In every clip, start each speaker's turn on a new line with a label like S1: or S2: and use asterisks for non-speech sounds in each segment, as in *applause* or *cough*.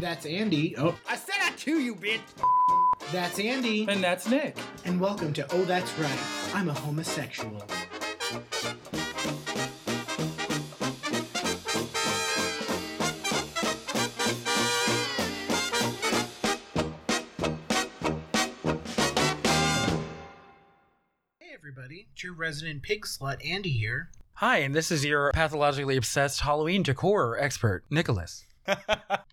S1: That's Andy. Oh,
S2: I said I to you, bitch.
S1: that's Andy.
S3: And that's Nick.
S1: And welcome to Oh That's Right, I'm a Homosexual. Hey everybody, it's your resident pig slut Andy here.
S3: Hi, and this is your pathologically obsessed Halloween decor expert, Nicholas.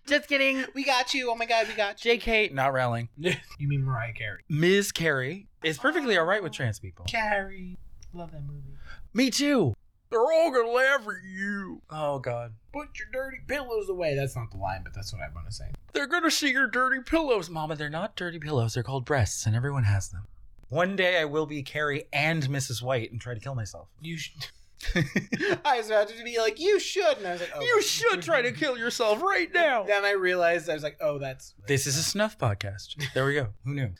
S3: Just kidding.
S1: We got you, oh my god, we got
S3: JK, not rallying.
S1: You mean Mariah Carey?
S3: Ms. Carey is perfectly all right with trans people.
S1: Carey. Love that movie.
S3: Me too. They're all gonna laugh at you. Oh God.
S1: Put your dirty pillows away. That's not the line, but that's what I want to say.
S3: They're gonna see your dirty pillows, Mama. They're not dirty pillows. They're called breasts, and everyone has them. One day I will be Carrie and Mrs. White and try to kill myself.
S1: You should. *laughs* I was about to be like, you should, and I was like, oh.
S3: kill yourself right now.
S1: Then I realized I was like, oh, that's.
S3: This is a snuff podcast. There we go. Who knew?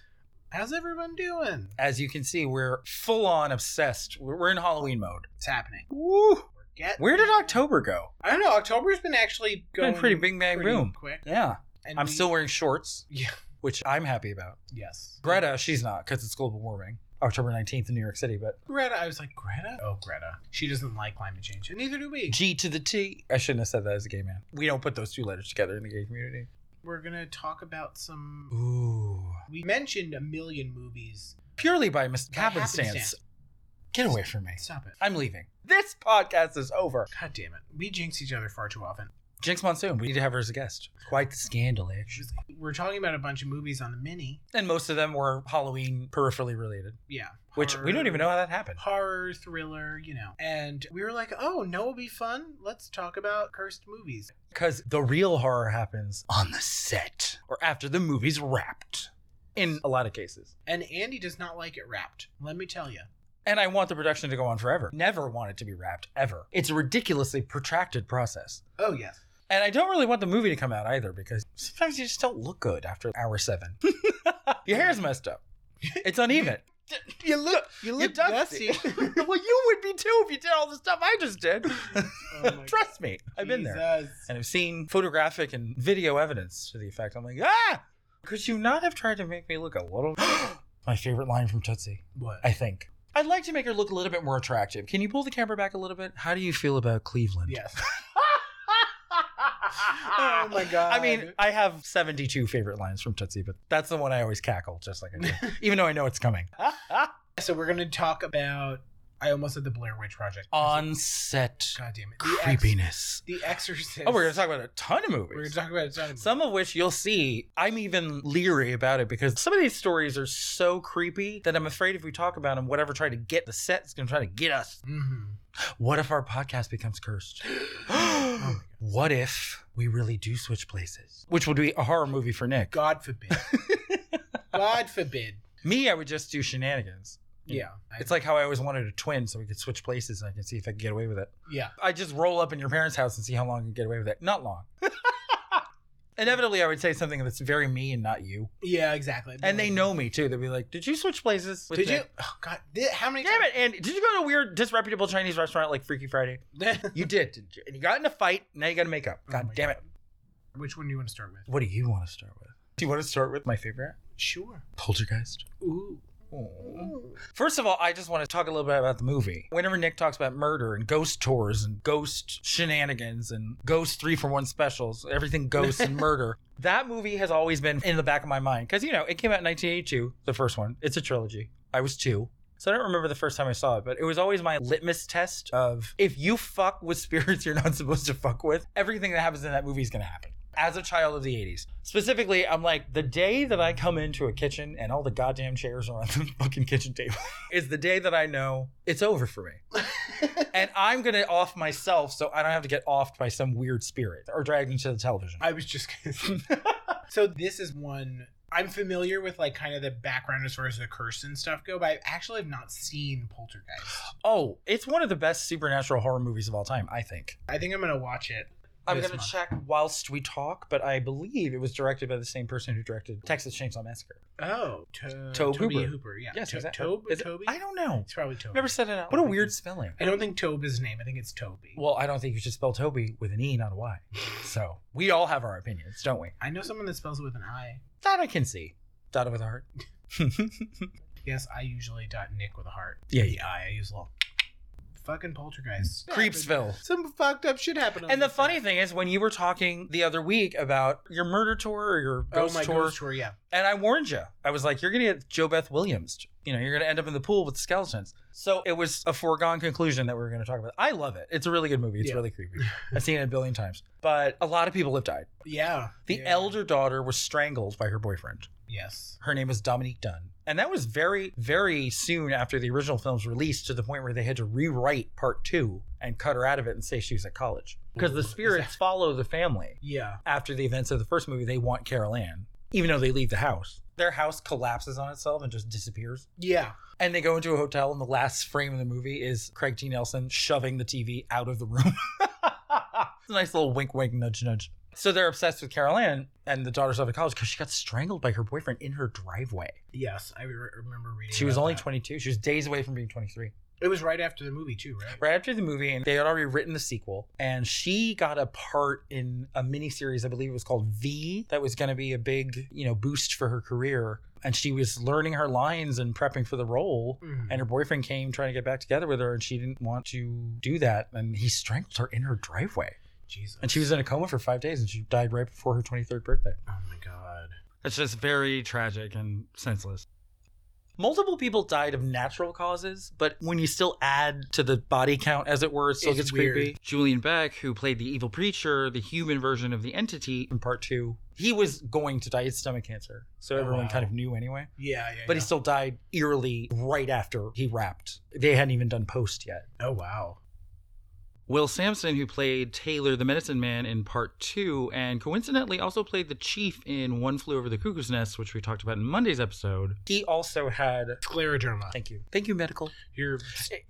S1: How's everyone doing?
S3: As you can see, we're full on obsessed. We're we're in Halloween mode.
S1: It's happening.
S3: Woo!
S1: We're getting.
S3: Where did October go?
S1: I don't know. October's been actually
S3: Been
S1: going
S3: pretty big bang
S1: pretty
S3: boom.
S1: quick.
S3: Yeah.
S1: And
S3: I'm
S1: we-
S3: still wearing shorts,
S1: Yeah.
S3: which I'm happy about.
S1: Yes.
S3: Greta, she's not because it's global warming. October 19th in New York City, but
S1: Greta. I was like, Greta. Oh, Greta. She doesn't like climate change, and neither do we.
S3: G to the T. I shouldn't have said that as a gay man. We don't put those two letters together in the gay community.
S1: We're gonna talk about some.
S3: Ooh.
S1: We mentioned a million movies.
S3: Purely by mis-
S1: By
S3: happenstance.
S1: happenstance.
S3: Get away from me.
S1: Stop it.
S3: I'm leaving. This podcast is over.
S1: God damn it. We jinx each other far too often.
S3: Jinx Monsoon, we need to have her as a guest. Quite the scandal, actually.
S1: We're talking about a bunch of movies on the mini.
S3: And most of them were Halloween peripherally related,
S1: Yeah.
S3: which we don't even know how that happened.
S1: horror thriller you know and we were like oh no it'll be fun let's talk about cursed movies
S3: Because the real horror happens on the set or after the movie's wrapped in a lot of cases.
S1: and andy does not like it wrapped let me tell you
S3: And I want the production to go on forever. Never want it to be wrapped, ever. It's a ridiculously protracted process.
S1: oh yes
S3: And I don't really want the movie to come out either because sometimes you just don't look good after hour seven. *laughs* Your hair's messed up, it's uneven. *laughs* You look, you
S1: look
S3: dusty.
S1: dusty.
S3: *laughs*
S1: *laughs*
S3: well, you would be too if you did all the stuff I just did. *laughs*
S1: Oh my
S3: Trust me, I've been there.
S1: Jesus.
S3: and I've seen photographic and video evidence to the effect. I'm like, ah, could you not have tried to make me look a little? My favorite line from Tootsie,
S1: what
S3: I think. I'd like to make her look a little bit more attractive. Can you pull the camera back a little bit? How do you feel about
S1: *laughs*
S3: Cleveland? *laughs*
S1: yes *laughs* oh *laughs* my god
S3: I mean, I have 72 favorite lines from Tootsie, but that's the one I always cackle, just like I
S1: *laughs*
S3: do, even though I know it's coming.
S1: so we're gonna talk about i almost said the blair witch project
S3: On set
S1: god damn it the, Ex-
S3: creepiness.
S1: the exorcist
S3: Oh, we're going to talk about a ton of movies.
S1: we're gonna talk about it sometime.
S3: Some of which you'll see, I'm even leery about it because some of these stories are so creepy that I'm afraid if we talk about them, whatever try to get the set is going to try to get us.
S1: Mhm.
S3: What if our podcast becomes cursed? *gasps* Oh what if we really do switch places? Which would be a horror movie for Nick.
S1: god
S3: *laughs*
S1: forbid god forbid
S3: Me, I would just do shenanigans.
S1: yeah I-
S3: It's like how I always wanted a twin so we could switch places and I can see if I can get away with it.
S1: yeah
S3: I just roll up in your parents' house and see how long you get away with it. Not long. *laughs* Inevitably, I would say something that's very me and not you.
S1: yeah exactly
S3: And they know me too. They'll be like, "Did you switch places? with
S1: did you
S3: Nick?"
S1: oh god thi- how many
S3: Damn it! And did you go to a weird, disreputable Chinese restaurant like Freaky Friday?
S1: times- *laughs*
S3: You did, didn't you? And you got in a fight. Now you got to make up. Oh God
S1: my
S3: damn it!
S1: Which one do you want to start with?
S3: What do you want to start with? Do you want to start with my favorite,
S1: Sure.
S3: Poltergeist?
S1: Ooh.
S3: First of all, I just want to talk a little bit about the movie. Whenever Nick talks about murder and ghost tours and ghost shenanigans and ghost three for one specials, everything ghosts *laughs* and murder, that movie has always been in the back of my mind. Because, you know, it came out in 1982, the first one. It's a trilogy. I was two. So I don't remember the first time I saw it, but it was always my litmus test of if you fuck with *laughs* spirits you're not supposed to fuck with, everything that happens in that movie is going to happen as a child of the 80s. Specifically, I'm like, the day that I come into a kitchen and all the goddamn chairs are on the *laughs* fucking kitchen table is the day that I know it's over for me. and I'm going to off myself so I don't have to get offed by some weird spirit or dragged into the television.
S1: I was just gonna say. *laughs* So this is one I'm familiar with like kind of the background as far as the curse and stuff go, but I actually have not seen Poltergeist.
S3: oh, it's one of the best supernatural horror movies of all time, I think.
S1: I think I'm gonna watch it.
S3: I'm
S1: this
S3: gonna
S1: month.
S3: check whilst we talk, but I believe it was directed by the same person who directed Texas Chainsaw Massacre.
S1: Oh, to-
S3: Tobe
S1: Toby Hooper.
S3: Hooper.
S1: Yeah.
S3: Yes,
S1: To-
S3: exactly.
S1: Tobe.
S3: Is it-
S1: Toby.
S3: I don't know.
S1: It's probably Toby.
S3: Never said it out. What a weird spelling.
S1: I don't think Tobe is his name. I think it's Toby.
S3: Well, I don't think you should spell Toby with an E, not
S1: *laughs*
S3: a Y. So we all have our opinions, don't we?
S1: I know someone that spells it with an I.
S3: That I can see. Dot it with a heart. *laughs*
S1: Yes, I usually dot Nick with a heart.
S3: Yeah,
S1: The I. I use a little fucking poltergeist.
S3: Creepsville.
S1: Some fucked up shit happened. On
S3: And the
S1: this
S3: funny
S1: thing.
S3: thing is, when you were talking the other week about your murder tour or your ghost
S1: oh my
S3: tour,
S1: ghost tour. Yeah.
S3: and I warned you, I was like, you're going to get Joe Beth Williams. You know, you're going to end up in the pool with skeletons. So it was a foregone conclusion that we were going to talk about. I love it. It's a really good movie. It's
S1: Yeah. *laughs*
S3: really creepy. I've seen it a billion times. But a lot of people have died.
S1: Yeah.
S3: The
S1: yeah.
S3: elder daughter was strangled by her boyfriend.
S1: Yes.
S3: Her name was Dominique Dunn. And that was very, very soon after the original film's release to the point where they had to rewrite part two and cut her out of it and say she was at college. Because
S1: Ooh,
S3: the
S1: is
S3: spirits follow the family.
S1: Yeah.
S3: After the events of the first movie, they want Carol Ann, even though they leave the house. Their house collapses on itself and just disappears.
S1: Yeah.
S3: And they go into a hotel, and the last frame of the movie is Craig T. Nelson shoving the TV out of the room. *laughs* it's a nice little wink, wink, nudge, nudge. So they're obsessed with Carol Ann and the daughters of the college because she got strangled by her boyfriend in her driveway.
S1: *laughs* Yes. I re- remember reading.
S3: She was
S1: about
S3: only
S1: that.
S3: 22. She was days away from being 23.
S1: It was right after the movie too, right?
S3: Right after the movie, and they had already written the sequel, and she got a part in a miniseries, I believe it was called V, that was going to be a big, you know, boost for her career. And she was learning her lines and prepping for the role.
S1: Mhm.
S3: And her boyfriend came trying to get back together with her, and she didn't want to do that. And he strangled her in her driveway.
S1: Jesus.
S3: And she was in a coma for five days, and she died right before her 23rd birthday.
S1: Oh my god.
S3: It's just very tragic and senseless. Multiple people died of natural causes, but when you still add to the body count, as it were, it still
S1: It's
S3: gets
S1: weird.
S3: creepy. Julian Beck, who played the evil preacher, the human version of the entity in part two, he was going to die. He had stomach cancer, so
S1: Oh,
S3: everyone
S1: wow.
S3: kind of knew anyway.
S1: Yeah. Yeah.
S3: But
S1: yeah.
S3: he still died eerily right after he rapped. They hadn't even done post yet.
S1: Oh wow.
S2: Will Sampson, who played Taylor the Medicine Man in part two, and coincidentally also played the chief in One Flew Over the Cuckoo's Nest, which we talked about in Monday's episode.
S3: He also had.
S1: Scleroderma.
S3: Thank you. Thank you, medical.
S1: Your
S3: E,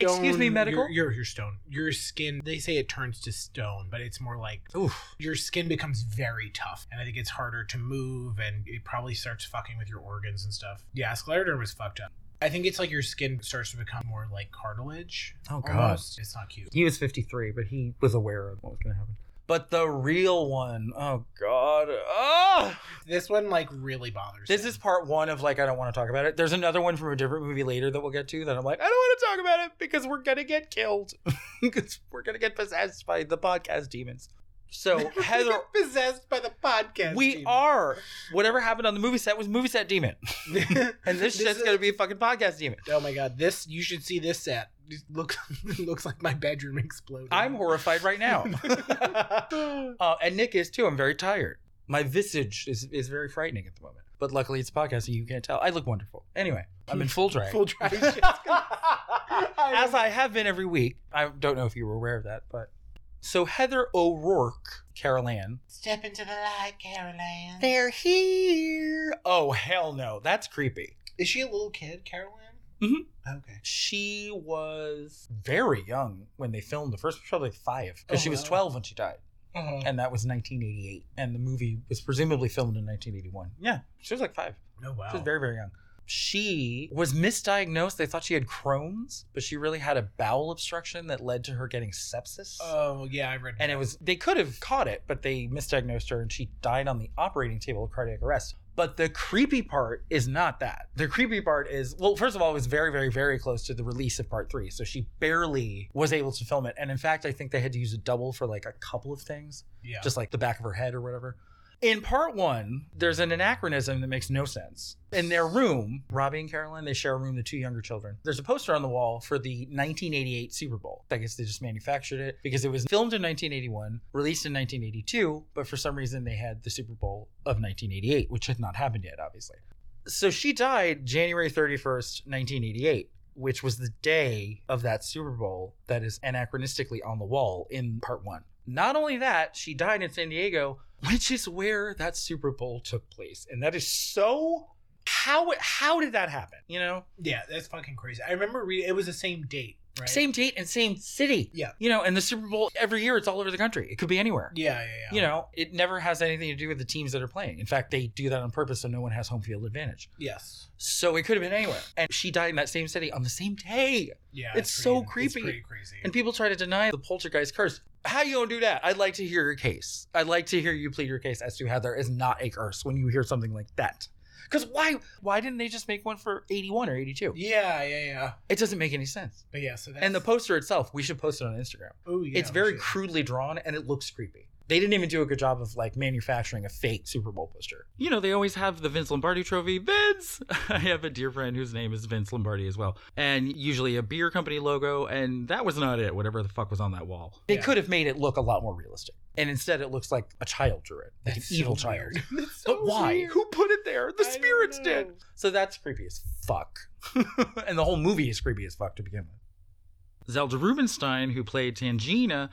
S3: excuse me,
S1: stone-
S3: medical?
S1: Your, your your stone. Your skin. They say it turns to stone, but it's more like
S3: Oof.
S1: your skin becomes very tough, and I think it's harder to move, and it probably starts fucking with your organs and stuff. Yeah, scleroderma is fucked up. I think it's like your skin starts to become more like cartilage.
S3: Oh, God.
S1: almost. it's not cute.
S3: He was 53, but he was aware of what was going to happen. But the real one, oh god, oh!
S1: This one like really bothers.
S3: This
S1: me. *laughs*
S3: is part one of like I don't want to talk about it. There's another one from a different movie later that we'll get to that I'm like I don't want to talk about it because we're gonna get killed *laughs* because we're gonna get possessed by the podcast demons. *laughs* So Heather,
S1: possessed by the podcast.
S3: we
S1: demon. *laughs*
S3: are whatever happened on the movie set was movie set demon, and
S1: *laughs*
S3: this, shit's
S1: is-
S3: gonna be a fucking podcast demon.
S1: Oh my god! This you should see this set. It looks *laughs* it looks like my bedroom *laughs* exploded.
S3: I'm horrified right now,
S1: *laughs*
S3: uh, and Nick is too. I'm very tired. My visage is is very frightening at the moment, but luckily it's a podcast, and you can't tell. I look wonderful. Anyway, I'm in full drag.
S1: Full dry. *laughs*
S3: as I have been every week. I don't know if you were aware of that, but so Heather O'Rourke, Carol Ann.
S1: Step into the light, Caroline.
S3: They're here. Oh hell no, that's creepy.
S1: Is she a little kid, Caroline?
S3: Mhm.
S1: Mm-hmm. Okay.
S3: She was very young when they filmed the first, probably five, because
S1: Oh,
S3: she was
S1: wow.
S3: twelve when she died,
S1: Uh-huh.
S3: and that was 1988, and the movie was presumably filmed in 1981. Yeah, she was like five.
S1: Oh wow.
S3: She was very, very young. She was misdiagnosed. They thought she had Crohn's, but she really had a bowel obstruction that led to her getting sepsis.
S1: oh yeah, I read.
S3: and it was they could have caught it, but they misdiagnosed her and she died on the operating table of cardiac arrest. But the creepy part is not that. The creepy part is well, first of all, it was very, very, very close to the release of part three, so she barely was able to film it. And in fact, I think they had to use a double for like a couple of things,
S1: yeah.
S3: just like the back of her head or whatever. In part one, there's an anachronism that makes no sense. In their room, Robbie and Carolyn, they share a room, the two younger children. There's a poster on the wall for the 1988 Super Bowl. I guess they just manufactured it because it was filmed in 1981, released in 1982, but for some reason they had the Super Bowl of 1988, which had not happened yet, obviously. So she died January 31st, 1988, which was the day of that Super Bowl that is anachronistically on the wall in part one. Not only that, she died in San Diego, which is where that Super Bowl took place. And that is so how how did that happen? You know?
S1: yeah, that's fucking crazy. I remember reading. It was the same date. right?
S3: Same date and same city.
S1: Yeah.
S3: You know, and the Super Bowl every year it's all over the country. It could be anywhere.
S1: Yeah, yeah, yeah.
S3: You know, it never has anything to do with the teams that are playing. In fact, they do that on purpose so no one has home field advantage.
S1: Yes.
S3: So it could have been anywhere. And she died in that same city on the same day.
S1: Yeah.
S3: It's so
S1: pretty-
S3: creepy.
S1: It's pretty crazy.
S3: And people try to deny the poltergeist curse. How you gonna do that? I'd like to hear your case. I'd like to hear you plead your case as to how there is not a curse when you hear something like that. Because why? Why didn't they just make one for eighty one or eighty two?
S1: yeah, yeah, yeah.
S3: It doesn't make any sense.
S1: But yeah, so that's
S3: And the poster itself, we should post it on Instagram.
S1: oh, yeah,
S3: it's very
S1: we should-
S3: crudely drawn and it looks creepy. They didn't even do a good job of like manufacturing a fake Super Bowl poster.
S2: you know, they always have the Vince Lombardi trophy. Vince! *laughs* I have a dear friend whose name is Vince Lombardi as well. And usually a beer company logo, and that was not it, whatever the fuck was on that wall.
S3: They
S1: Yeah.
S3: could have made it look a lot more realistic. And instead it looks like a child drew it. Like
S1: That's
S3: an evil
S1: so
S2: *laughs*
S3: child.
S1: weird. *laughs* That's so
S3: But why?
S1: weird.
S3: Who put it there? The
S1: I don't
S3: spirits did.
S1: know.
S3: So that's creepy as fuck. *laughs* and the whole movie is creepy as fuck to begin with.
S2: Zelda Rubinstein, who played Tangina,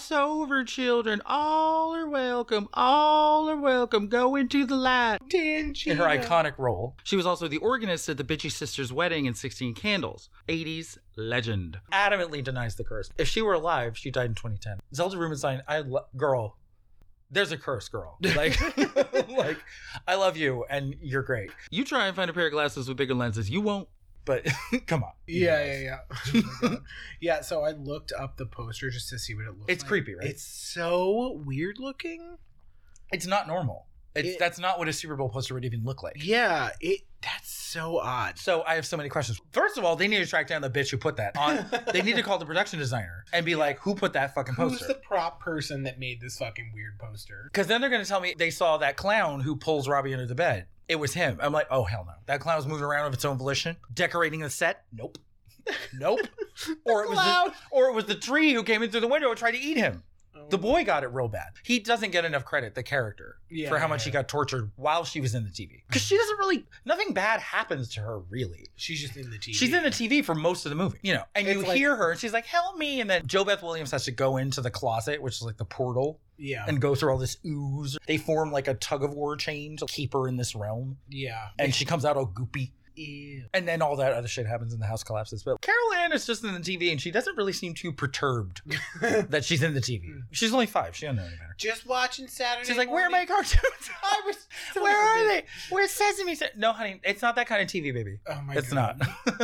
S2: crossover children, all are welcome, all are welcome, go into the light.
S3: In her iconic role
S2: She was also the organist at the Bitchy Sisters' wedding in 16 Candles, 80s legend.
S3: adamantly denies the curse. If she were alive, she died in 2010. Zelda Rubinstein, I lo- girl, there's a
S2: *laughs*
S3: curse, girl. Like, *laughs* like, I love you and you're great,
S2: You try and find a pair of glasses with bigger lenses, you won't.
S3: but *laughs* come on. you
S1: Yeah,
S3: guys. *laughs*
S1: yeah, yeah. Oh my God. yeah, so I looked up the poster just to see what it looked
S3: It's
S1: like.
S3: creepy, right?
S1: It's so weird looking.
S3: It's not normal. It's
S1: It-
S3: that's not what a Super Bowl poster would even look like.
S1: Yeah, it that's so odd.
S3: So I have so many questions. First of all, they need to track down the bitch who put
S1: *laughs*
S3: that on. they need to call the production designer and be like, "Who put that fucking
S1: Who's
S3: poster?"
S1: the prop person that made this fucking weird poster?
S3: Because then they're going to tell me they saw that clown who pulls Robbie under the bed. It was him. I'm like, oh, hell no. That clown was moving around of its own volition, decorating the set. Nope. Nope.
S1: *laughs*
S3: or it was the,
S1: Clown.
S3: or it was the tree who came in through the window and tried to eat him. The
S1: boy.
S3: boy got it real bad. He doesn't get enough credit, the character,
S1: Yeah,
S3: for how much
S1: yeah.
S3: he got tortured while she was in the TV. Because she doesn't really, nothing bad happens to her, really.
S1: She's just in the TV.
S3: She's in the TV for most of the movie, you know, and you
S1: It's like-
S3: hear her and she's like, help me. And then Joe Beth Williams has to go into the closet, which is like the portal
S1: Yeah.
S3: and go through all this ooze. They form like a tug of war chain to keep her in this realm,
S1: yeah.
S3: and she comes out all goopy.
S1: Ew.
S3: And then all that other shit happens, and the house collapses. But Carol Ann is just in the TV, and she doesn't really seem too
S1: *laughs*
S3: perturbed that she's in the TV.
S1: Mm.
S3: She's only five; she doesn't know any better.
S1: Just watching Saturday.
S3: She's like, "Where are my cartoons?
S1: *laughs*
S3: I was, *laughs* where are they? Where's Sesame Street? No, honey, it's not that kind of TV, baby.
S1: Oh my
S3: It's
S1: God.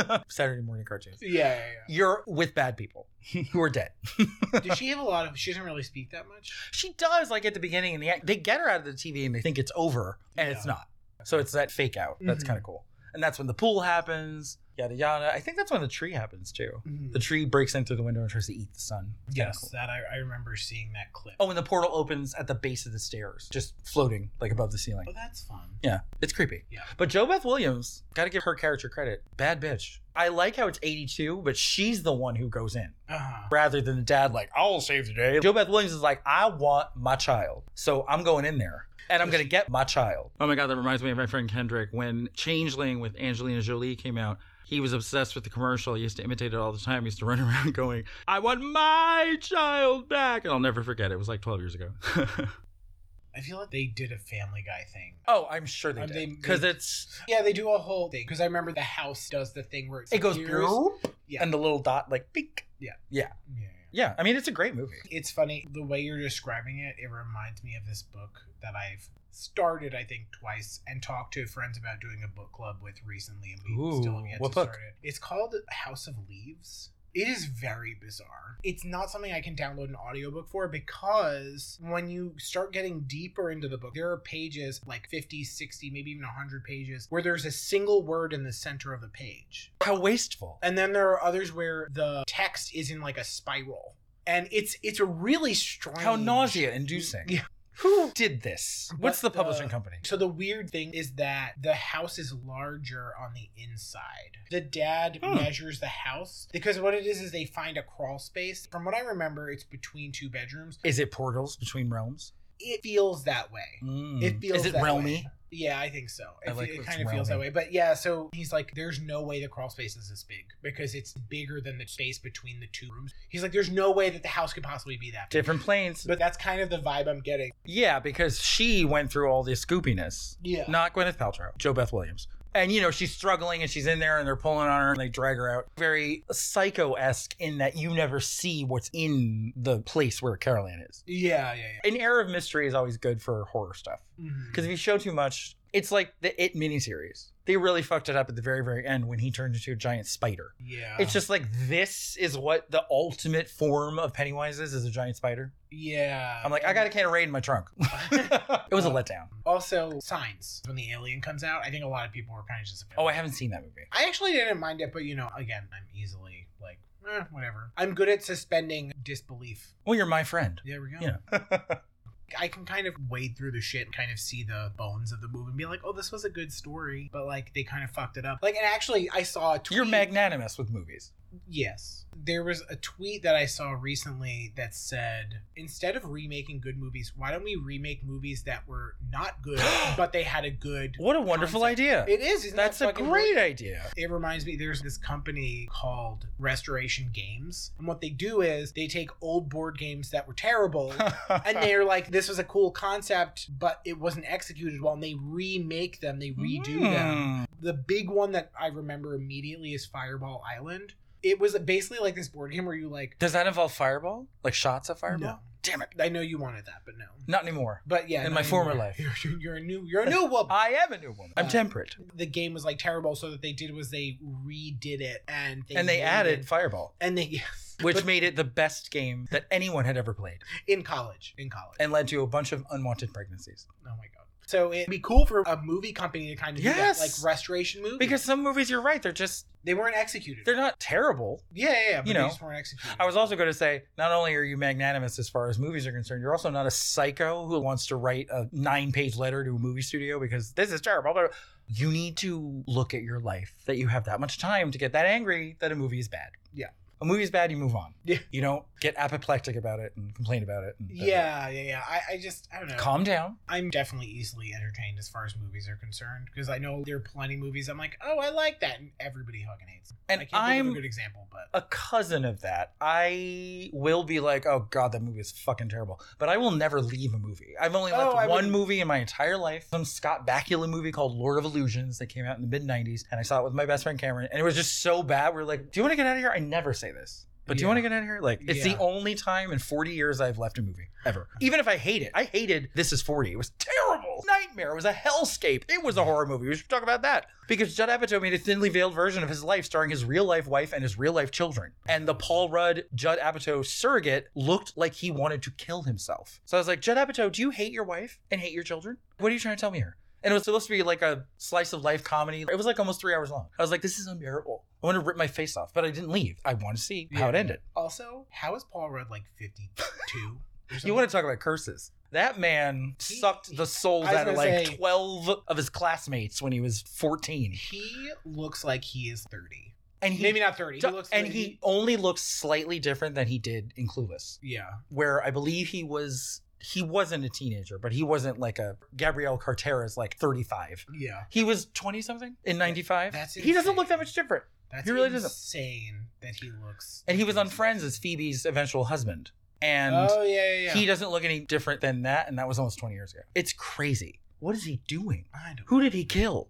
S3: not *laughs* Saturday morning cartoons.
S1: Yeah, yeah,
S3: You're with bad people *laughs* who are dead. *laughs*
S1: yeah. Does she have a lot of? She doesn't really speak that much.
S3: She does like at the beginning and the end. They get her out of the TV and they think it's over, and it's
S1: Yeah.
S3: not. So it's that fake out. That's
S1: Mhm.
S3: kind of cool. And that's when the pool happens. Yada yada. I think that's when the tree happens too.
S1: Mhm.
S3: The tree breaks in through the window and tries to eat the sun. It's kinda
S1: Yes,
S3: cool.
S1: that I, I remember seeing that clip.
S3: Oh, and the portal opens at the base of the stairs, just floating like above the ceiling.
S1: Oh, that's fun.
S3: Yeah, it's creepy.
S1: Yeah.
S3: But Jo Beth Williams, gotta give her character credit. Bad bitch. I like how it's 82, but she's the one who goes in
S1: Uh huh.
S3: rather than the dad like I'll save the day. Joe Beth Williams is like I want my child, so I'm going in there and I'm gonna get my child.
S2: Oh my God, that reminds me of my friend Kendrick. When Changeling with Angelina Jolie came out, he was obsessed with the commercial. He used to imitate it all the time. He used to *laughs* run around going, I want my child back. And I'll never forget. It was like 12 years ago. *laughs*
S1: I feel like they did a Family Guy thing.
S3: Oh, I'm sure they
S1: Um, they-
S3: did because it's
S1: Yeah, they do a whole thing because I remember the house does the thing where it's
S3: it goes
S1: years-
S3: boop,
S1: Yeah.
S3: and the little dot like beak.
S1: Yeah, yeah.
S3: Yeah, I mean it's a great movie.
S1: It's funny the way you're describing it. It reminds me of this book that I've started, I think, twice and talked to friends about doing a book club with recently, and we
S3: Ooh,
S1: still have yet
S3: what
S1: to
S3: book?
S1: start it. It's called House of Leaves. It is very bizarre. It's not something I can download an audiobook for because when you start getting deeper into the book, there are pages like 50, 60, maybe even 100 pages where there's a single word in the center of the page.
S3: How wasteful.
S1: And then there are others where the text is in like a spiral. And it's it's a really strange *laughs*
S3: How nausea inducing.
S1: Yeah.
S3: Who did this?
S1: But uh,
S3: What's the publishing
S1: the-
S3: company?
S1: So the weird thing is that the house is larger on the inside. The dad
S3: Hmm.
S1: measures the house because what it is is they find a crawl space. From what I remember, it's between two bedrooms.
S3: Is it portals between realms? Mm.
S1: It feels that way. It feels
S3: is it
S1: that
S3: realmy?
S1: way. Yeah, I think so.
S3: I
S1: It,
S3: like
S1: it
S3: what's
S1: kind of feels that
S3: realmy.
S1: way. But yeah, so he's like, there's no way the crawl space is this big because it's bigger than the space between the two rooms. He's like, there's no way that the house could possibly be that big.
S3: Different planes.
S1: But that's kind of the vibe I'm getting.
S3: yeah, because she went through all this goopiness.
S1: Yeah.
S3: Not Gwyneth Paltrow, Joe Beth Williams. And you know, she's struggling and she's in there and they're pulling on her and they drag her out. Very psycho esque in that you never see what's in the place where Carol Ann is.
S1: Yeah, yeah, yeah.
S3: An air of mystery is always good for horror stuff.
S1: Mhm.
S3: Because if you show too much, it's like the It miniseries. They really fucked it up at the very, very end when he turned into a giant spider.
S1: yeah,
S3: It's just like this is what the ultimate form of Pennywise is, is a giant spider.
S1: yeah.
S3: I'm like, *laughs* I got a can of raid in my trunk. it was a letdown.
S1: *laughs* Also, Signs. When the alien comes out, I think a lot of people were kind of just.
S3: Oh, I haven't seen that movie.
S1: I actually didn't mind it, but you know, again, I'm easily like, eh, whatever. I'm good at suspending disbelief.
S3: Well, you're my friend.
S1: There we go.
S3: Yeah.
S1: *laughs* I can kind of wade through the shit and kind of see the bones of the movie and be like, oh, this was a good story, but like they kind of fucked it up. Like, and actually, I saw a tweet.
S3: You're magnanimous with movies.
S1: Yes. There was a tweet that I saw recently that said, instead of remaking good movies, why don't we remake movies that were not
S3: *gasps*
S1: good, but they had a good.
S3: What a wonderful
S1: Concept.
S3: idea.
S1: It is. Isn't
S3: That's
S1: that
S3: a
S1: fucking
S3: great
S1: brilliant?
S3: *laughs* idea.
S1: It reminds me there's this company called Restoration Games. And what they do is they take old board games that were
S3: *laughs*
S1: terrible and they're like, this was a cool concept, but it wasn't executed well. And they remake them, they redo
S3: Hmm.
S1: them. The big one that I remember immediately is Fireball Island. It was basically like this board game where you like,
S3: Does that involve fireball? Like shots of fireball?
S1: no.
S3: Damn it.
S1: I know you wanted that, but no.
S3: Not anymore.
S1: But yeah,
S3: In
S1: no,
S3: my
S1: you-
S3: former life.
S1: *laughs* you're, you're a new, you're
S3: *laughs*
S1: a new woman.
S3: I am a new woman. I'm
S1: Uh,
S3: temperate.
S1: the game was like terrible, so that they did was they redid it and
S3: and they
S1: made
S3: added
S1: it-
S3: fireball,
S1: and they *laughs* yes,
S3: which made it the best game that anyone had ever played
S1: in college in college
S3: and led to a bunch of unwanted pregnancies.
S1: oh my god so it'd be cool for a movie company to kind of
S3: Yes.
S1: do that, like restoration movie
S3: Because some movies, you're right, they're just,
S1: they weren't executed
S3: they're not terrible.
S1: yeah yeah, yeah but
S3: you
S1: they
S3: know,
S1: just weren't executed
S3: I was also going to say, not only are you magnanimous as far as movies are concerned, you're also not a psycho who wants to write a nine page letter to a movie studio because this is terrible. But You need to look at your life that you have that much time to get that angry that a movie is bad.
S1: Yeah.
S3: A movie is bad, you move on.
S1: Yeah.
S3: You don't get apoplectic about it and complain about it. and-
S1: yeah yeah yeah I, I just i don't know
S3: Calm down.
S1: i'm definitely easily entertained as far as movies are concerned because i know there are plenty of movies i'm like oh i like that and everybody fucking hates it.
S3: And
S1: i can't think of a
S3: I'm
S1: good example but
S3: a cousin of that. I will be like, oh god, that movie is fucking terrible. But I will never leave a movie. I've only
S1: Oh,
S3: left
S1: I
S3: one
S1: wouldn't-
S3: movie in my entire life. Some Scott Bakula movie called Lord of Illusions that came out in the mid '90s, and I saw it with my best friend Cameron, and it was just so bad. We are like, do you want to get out of here? I never say this. But do you
S1: Yeah.
S3: want to get out of here? Like, it's
S1: Yeah.
S3: the only time in 40 years I've left a movie ever. Even if I hate it, I hated This Is 40. It was terrible. Nightmare. It was a hellscape. It was a horror movie. We should talk about that. Because Judd Apatow made a thinly veiled version of his life starring his real life wife and his real life children. And the Paul Rudd Judd Apatow surrogate looked like he wanted to kill himself. So I was like, Judd Apatow, do you hate your wife and hate your children? What are you trying to tell me here? And it was supposed to be like a slice of life comedy. It was like almost three hours long. I was like, this is unbearable. I want to rip my face off, but I didn't leave. I want to see how it
S1: Yeah.
S3: ended.
S1: also how is paul rudd like 52
S3: *laughs* You want to talk about curses? That man sucked the souls
S1: I was
S3: out of
S1: gonna
S3: like
S1: say-
S3: 12 of his classmates when he was 14.
S1: he looks like he is 30
S3: And he,
S1: maybe not 30 he
S3: do-
S1: looks
S3: and
S1: like
S3: he only looks slightly different than he did in Clueless,
S1: yeah
S3: where I believe he was he wasn't a teenager, but he wasn't like a Gabrielle Cartera's like 35.
S1: yeah
S3: He was 20 something in 95.
S1: That's
S3: he doesn't look that
S1: insane.
S3: much different.
S1: That's
S3: He really doesn't-
S1: insane that he looks.
S3: And he was on
S1: he's-
S3: Friends as Phoebe's eventual husband. And
S1: Oh yeah, yeah. yeah.
S3: he doesn't look any different than that, and that was almost 20 years ago. It's crazy. What is he doing?
S1: I *laughs* don't.
S3: Who did he kill?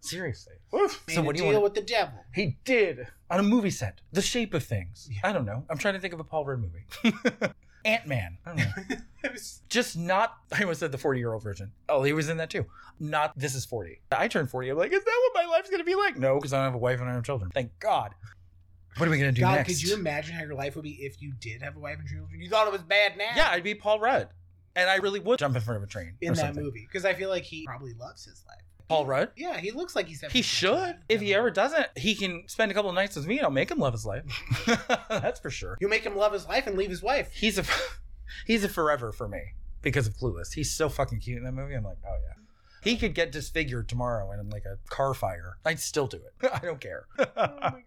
S3: Seriously. So
S1: Made
S3: what
S1: a
S3: do
S1: deal
S3: you want?
S1: with the devil? *laughs*
S3: He did on a movie set. The Shape of Things.
S1: Yeah.
S3: I don't know. I'm trying to think of a Paul Rudd
S1: *laughs*
S3: movie. Ant Man. I don't know.
S1: It was-
S3: Just not. I almost said the 40 year old version. Oh, he was in that too. Not. This is 40. I turned 40. I'm like, is that what my life's gonna be like? No, because I don't have a wife and I don't have children. Thank God. What are we gonna do
S1: God,
S3: next?
S1: could you imagine how your life would be if you did have a wife and children? You thought it was bad now.
S3: yeah, I'd be Paul Rudd, and I really would jump in front of a train
S1: in
S3: or
S1: that
S3: something.
S1: movie, because I feel like he probably loves his life.
S3: Paul Rudd.
S1: Yeah, he looks like he's. having
S3: He
S1: a good
S3: should.
S1: time.
S3: If he ever doesn't, he can spend a couple of nights with me and I'll make him love his life. That's for sure.
S1: you make him love his life and leave his
S3: *laughs*
S1: wife.
S3: He's a he's a forever for me because of Clueless. He's so fucking cute in that movie. I'm like, oh yeah. He could get disfigured tomorrow in like a car fire. I'd still do it. *laughs* I don't care.
S1: god.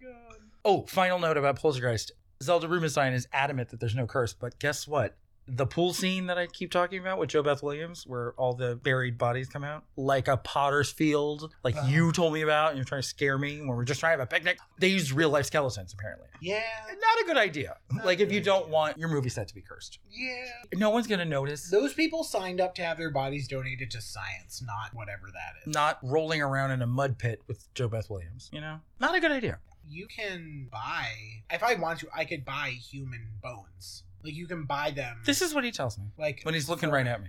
S3: oh, final note about Poltergeist. Zelda Rubinstein is adamant that there's no curse, but guess what? the pool scene that I keep talking about with Joe Beth Williams, where all the buried bodies come out, like a potter's field, like
S1: Oh.
S3: you told me about, and you're trying to scare me when we're just trying to have a picnic. They used real life skeletons, apparently.
S1: Yeah.
S3: Not a good idea.
S1: Not a
S3: like, if
S1: good
S3: you don't
S1: idea.
S3: want your movie set to be cursed,
S1: Yeah.
S3: no one's going to notice.
S1: Those people signed up to have their bodies donated to science, not whatever that is.
S3: Not rolling around in a mud pit with Joe Beth Williams, you know? Not a good idea.
S1: You can buy, if I want to, I could buy human bones. Like you can buy them.
S3: This is what he tells me
S1: like *gasps*
S3: when he's looking right at me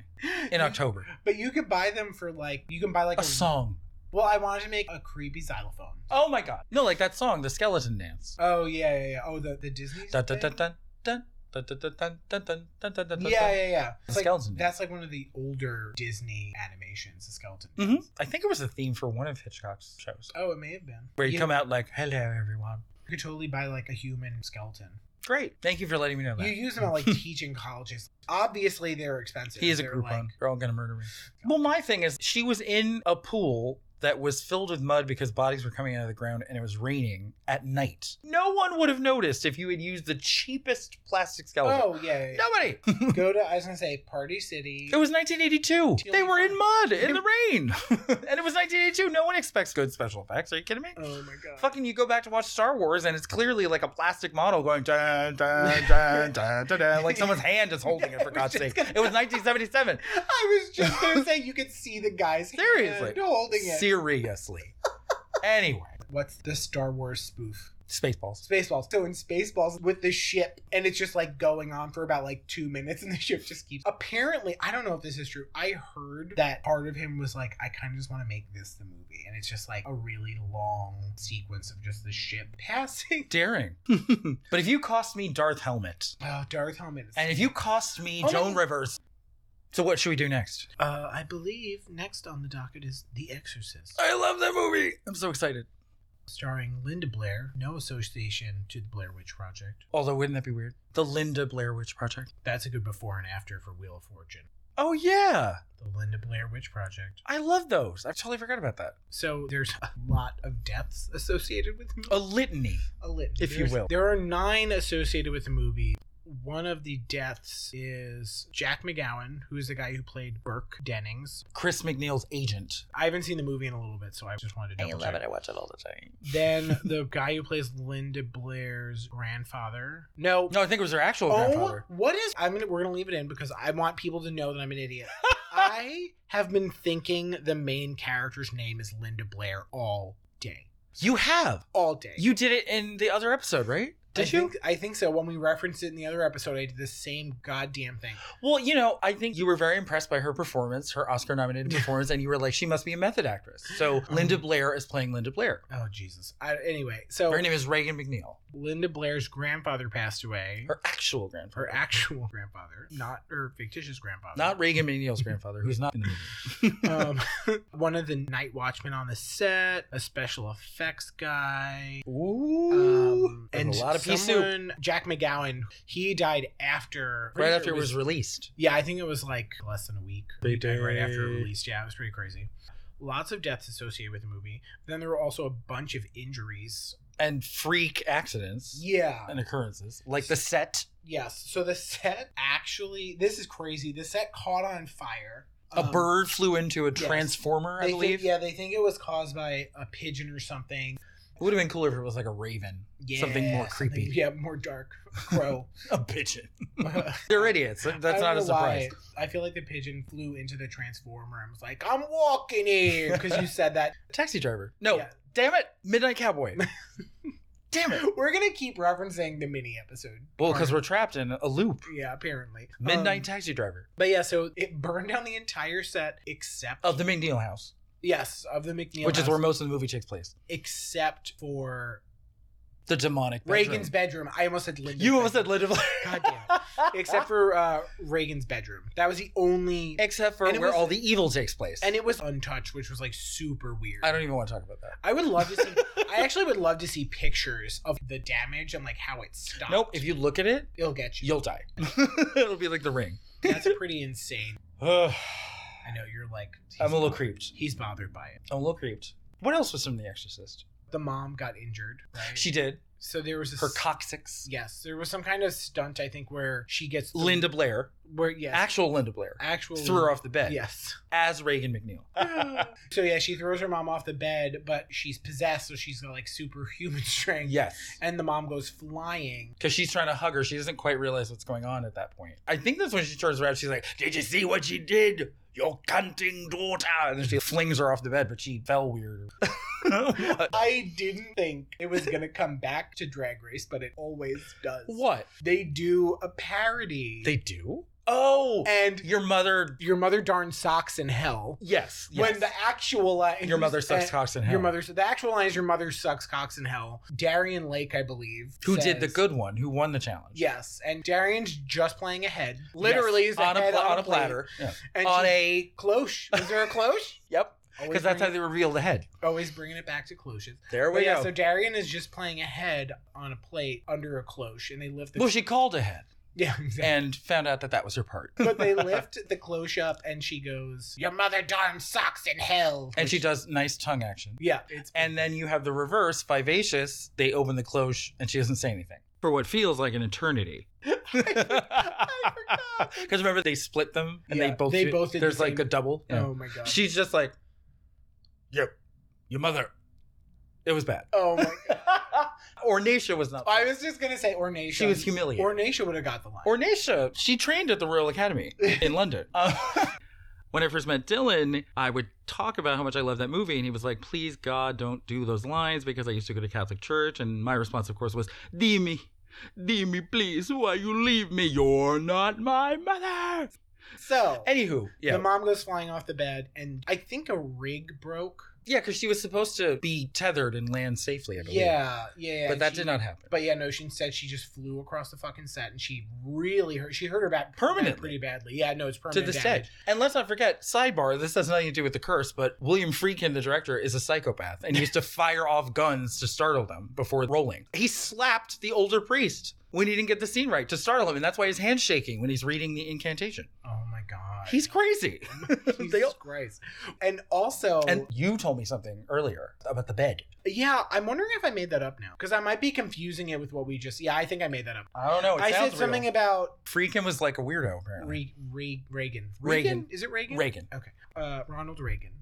S3: in October.
S1: But you could buy them for like you can buy like
S3: A song.
S1: Well, I wanted to make a creepy xylophone.
S3: Oh my God. No, like that song, The Skeleton Dance.
S1: Oh yeah, yeah, yeah. Oh, the the Disney.
S3: Dun, dun,
S1: thing?
S3: dun, dun, dun, dun, dun, dun, dun, dun, dun, dun, dun, dun,
S1: Yeah,
S3: dun.
S1: yeah, yeah.
S3: The
S1: It's like,
S3: skeleton dance.
S1: that's like one of the older Disney animations, the skeleton.
S3: hmm I think it was a theme for one of Hitchcock's shows
S1: Oh, it may have been.
S3: where you,
S1: you,
S3: come out like, hello, everyone.
S1: you could totally buy like a human skeleton.
S3: Great. Thank you for letting me know that.
S1: You use them
S3: *laughs*
S1: at like teaching colleges. Obviously, they're expensive.
S3: he is a
S1: They're,
S3: Groupon.
S1: like-
S3: You're all going to murder me. Well, my thing is, she was in a pool that was filled with mud because bodies were coming out of the ground and it was raining at night. No one would have noticed if you had used the cheapest plastic skeleton.
S1: Oh yeah. yeah, yeah.
S3: Nobody.
S1: Go to I was gonna say Party City.
S3: It was 1982. They were in mud in the rain, *laughs* and it was 1982. No one expects good special effects. Are you kidding me?
S1: oh my
S3: *laughs*
S1: god.
S3: Fucking, you go back to watch Star Wars, and it's clearly like a plastic model going dun, dun, dun, dun, dun, dun, like someone's hand is holding *laughs* it. For
S1: I was
S3: God's
S1: just
S3: sake,
S1: gonna-
S3: it was 1977.
S1: I was just
S3: *laughs*
S1: gonna say you could see the guy's
S3: Seriously.
S1: hand holding it.
S3: Seriously. anyway,
S1: What's the Star Wars spoof?
S3: Spaceballs.
S1: Spaceballs. So in Spaceballs with the ship, and it's just like going on for about like two minutes, *laughs* and the ship just keeps. Apparently, I don't know if this is true. I heard that part of him was like, I kind of just want to make this the movie, and it's just like a really long sequence of just the ship *laughs* passing.
S3: *laughs* Daring. but if you cost me Darth Helmet,
S1: Oh, Darth Helmet.
S3: and if you cost me
S1: Oh,
S3: Joan
S1: no.
S3: Rivers, so what should we do next?
S1: uh, I believe next on the docket is The Exorcist,
S3: I love that movie. I'm so excited.
S1: starring Linda Blair. No association to the Blair Witch Project.
S3: Although, wouldn't that be weird? The Linda Blair Witch Project.
S1: That's a good before and after for Wheel of Fortune.
S3: Oh, yeah.
S1: The Linda Blair Witch Project.
S3: I love those. I totally forgot about that.
S1: So there's a lot of deaths associated with
S3: A litany.
S1: a litany,
S3: Oh, if you
S1: There's-
S3: will.
S1: There are nine associated with the movie. One of the deaths is Jack McGowan, who is the guy who played Burke Dennings.
S3: Chris McNeil's agent.
S1: I haven't seen the movie in a little bit, so I just wanted to. double check.
S3: I watch it all the time.
S1: Then the guy who plays Linda Blair's grandfather. No.
S3: No, I think it was her actual
S1: Oh,
S3: grandfather.
S1: what is? I'm gonna. We're gonna leave it in because I want people to know that I'm an
S3: *laughs*
S1: idiot. I have been thinking the main character's name is Linda Blair all day,
S3: You have.
S1: all day.
S3: You did it in the other episode, right? Did
S1: I
S3: you?
S1: Think, I think so. When we referenced it in the other episode, I did the same goddamn thing.
S3: Well, you know, I think you were very impressed by her performance, her Oscar *laughs* nominated performance, and you were like, she must be a method actress. So Linda Blair is playing Linda Blair.
S1: Oh Jesus! I, anyway, so
S3: Her name is Reagan McNeil,
S1: Linda Blair's grandfather passed away. Her,
S3: her actual grandfather.
S1: actual *laughs* grandfather, not her fictitious grandfather.
S3: Not Reagan McNeil's grandfather, who's not in the
S1: *laughs*
S3: movie.
S1: um, *laughs* one of the night watchmen on the set, a special effects guy,
S3: Ooh.
S1: um,
S3: and a lot of pea soup.
S1: someone, Jack McGowan. He died after.
S3: Right after it was released.
S1: Yeah, I think it was like less than a week.
S3: They
S1: Like, right after it
S3: did.
S1: released. Yeah, it was pretty crazy. Lots of deaths associated with the movie. Then there were also a bunch of injuries.
S3: And freak accidents
S1: Yeah.
S3: and occurrences. Like the set.
S1: Yes. So the set actually, this is crazy. The set caught on fire.
S3: A
S1: Um,
S3: bird flew into a
S1: yes.
S3: transformer, I
S1: they
S3: believe.
S1: Think, yeah, they think it was caused by a pigeon or something.
S3: It would have been cooler if it was like a raven,
S1: Yeah,
S3: Something more creepy.
S1: *laughs* yeah, more dark. Crow.
S3: a pigeon.
S1: I
S3: They're idiots. *laughs* That's
S1: don't
S3: not a
S1: know why.
S3: surprise.
S1: I feel like the pigeon flew into the transformer and was like, "I'm walking here" because you said that.
S3: Taxi driver. No,
S1: Yeah.
S3: damn it,
S1: *laughs*
S3: Midnight Cowboy. *laughs* damn it.
S1: We're gonna keep referencing the mini episode.
S3: Well, because we're trapped in a loop.
S1: yeah, apparently
S3: Midnight
S1: Um,
S3: Taxi Driver
S1: but yeah, so it burned down the entire set except
S3: of the McNeil House,
S1: yes of the McNeil,
S3: which is
S1: house,
S3: where most of the movie takes place.
S1: except for
S3: The demonic bedroom.
S1: Reagan's bedroom. I almost said Linda's
S3: You almost said
S1: bedroom.
S3: Linda Blair.
S1: *laughs* God damn. Except for uh, Reagan's bedroom. That was the only.
S3: *laughs* Except for
S1: And it
S3: where
S1: was-
S3: all the evil takes place.
S1: And it was untouched, which was like super weird.
S3: I don't even want to talk about that.
S1: I would love to
S3: *laughs*
S1: see. I actually would love to see pictures of the damage and like how it stopped.
S3: Nope. If you look at it,
S1: It'll get you.
S3: you'll die. *laughs* It'll be like the ring.
S1: That's pretty insane.
S3: Ugh.
S1: I know you're like.
S3: I'm a little creeped.
S1: He's bothered by it.
S3: I'm a little creeped. What else was from The Exorcist?
S1: The mom got injured. Right?
S3: She did.
S1: So there was a
S3: her
S1: s-
S3: coccyx.
S1: yes, there was some kind of stunt I think where she gets the-
S3: Linda Blair,
S1: where yes,
S3: actual Linda Blair,
S1: actual
S3: threw her off the bed
S1: Yes. *laughs*
S3: as Reagan McNeil.
S1: So yeah, she throws her mom off the bed, but she's possessed, so she's got like superhuman *laughs* strength.
S3: yes.
S1: And the mom goes flying.
S3: Because she's trying to hug her. She doesn't quite realize what's going on at that point. I think that's when she turns around. She's like, Did you see what she did? Your cunting daughter. And then she flings her off the bed, but she fell weird. *laughs* what?
S1: I didn't think it was gonna come back to Drag Race, but it always does.
S3: What?
S1: They do a parody.
S3: They do? Oh!
S1: and
S3: your mother.
S1: your mother darn socks in hell.
S3: Yes. yes.
S1: When the actual line,
S3: your mother sucks
S1: uh,
S3: cocks in hell.
S1: Your mother. The actual line is your mother sucks cocks in hell. Darian Lake, I believe,
S3: Who did the
S1: says-
S3: good one? Who won the challenge?
S1: Yes, and Darian's just playing ahead. Literally,
S3: Yes.
S1: is the
S3: on, a
S1: head
S3: pla-
S1: on,
S3: on a
S1: plate.
S3: platter. Yeah.
S1: And
S3: On
S1: she-
S3: a.
S1: cloche. Is
S3: *laughs*
S1: there a cloche?
S3: Yep.
S1: Always
S3: Because that's how
S1: bringing,
S3: they reveal the head.
S1: always bringing it back to cloches.
S3: There
S1: But yeah, so Darian is just playing a head on a plate under a cloche, and they lift the
S3: well, she called a head
S1: *laughs* yeah, exactly.
S3: and found out that that was her part.
S1: but they lift the cloche up, and she goes, "Your mother darn socks in hell."
S3: and she does nice tongue action.
S1: yeah, it's
S3: And then you have the reverse, vivacious. They open the cloche and she doesn't say anything.
S2: for what feels like an
S3: *laughs*
S2: eternity.
S1: forgot.
S3: Because remember, they split them and
S1: Yeah,
S3: they both.
S1: they
S3: do-
S1: both did the
S3: There's like
S1: same-
S3: a double. Yeah.
S1: oh my god.
S3: She's just like, yep, your mother. It was bad.
S1: Oh my god.
S3: Ornacia was not.
S1: I was just gonna say Ornacia.
S3: She was humiliated.
S1: Ornacia would have got the line.
S3: Ornacia, she trained at the Royal Academy
S2: *laughs*
S3: in London. Uh,
S2: When I first met Dylan, I would talk about how much I love that movie, and he was like, "Please God, don't do those lines," because I used to go to Catholic church, and my response, of course, was, "Dimi, Dimi, please, why you leave me? You're not my mother."
S1: so
S3: anywho, yeah.
S1: the mom goes flying off the bed, and I think a rig broke.
S3: yeah, because she was supposed to be tethered and land safely, I believe.
S1: Yeah, yeah, yeah.
S3: But that
S1: she-
S3: did not happen.
S1: But yeah, no, she said she just flew across the fucking set and she really hurt. She hurt her back
S3: Permanently.
S1: pretty badly. Yeah, no, it's
S3: to
S1: permanent
S3: this day.
S1: damage.
S3: And let's not forget, sidebar, this has nothing to do with the curse, but William Friedkin, the director, is a psychopath and
S1: *laughs*
S3: used to fire off guns to startle them before rolling. He slapped the older priest when he didn't get the scene right to startle him, and that's why his hand's shaking when he's reading the incantation.
S1: Oh my god, *laughs*
S3: He's crazy.
S1: Jesus
S3: *laughs* They all-
S1: Christ. And also,
S3: and you told me something earlier about the bed.
S1: yeah, I'm wondering if I made that up now because I might be confusing it with what we just. Yeah, I think I made that up.
S3: I don't know. Oh, It
S1: I said
S3: sounds real.
S1: something about
S3: Friedkin was like a weirdo,
S1: Re-
S3: apparently.
S1: Re- Reagan.
S3: Reagan.
S1: Is it Reagan? *laughs*
S3: Reagan.
S1: Uh, Ronald Reagan.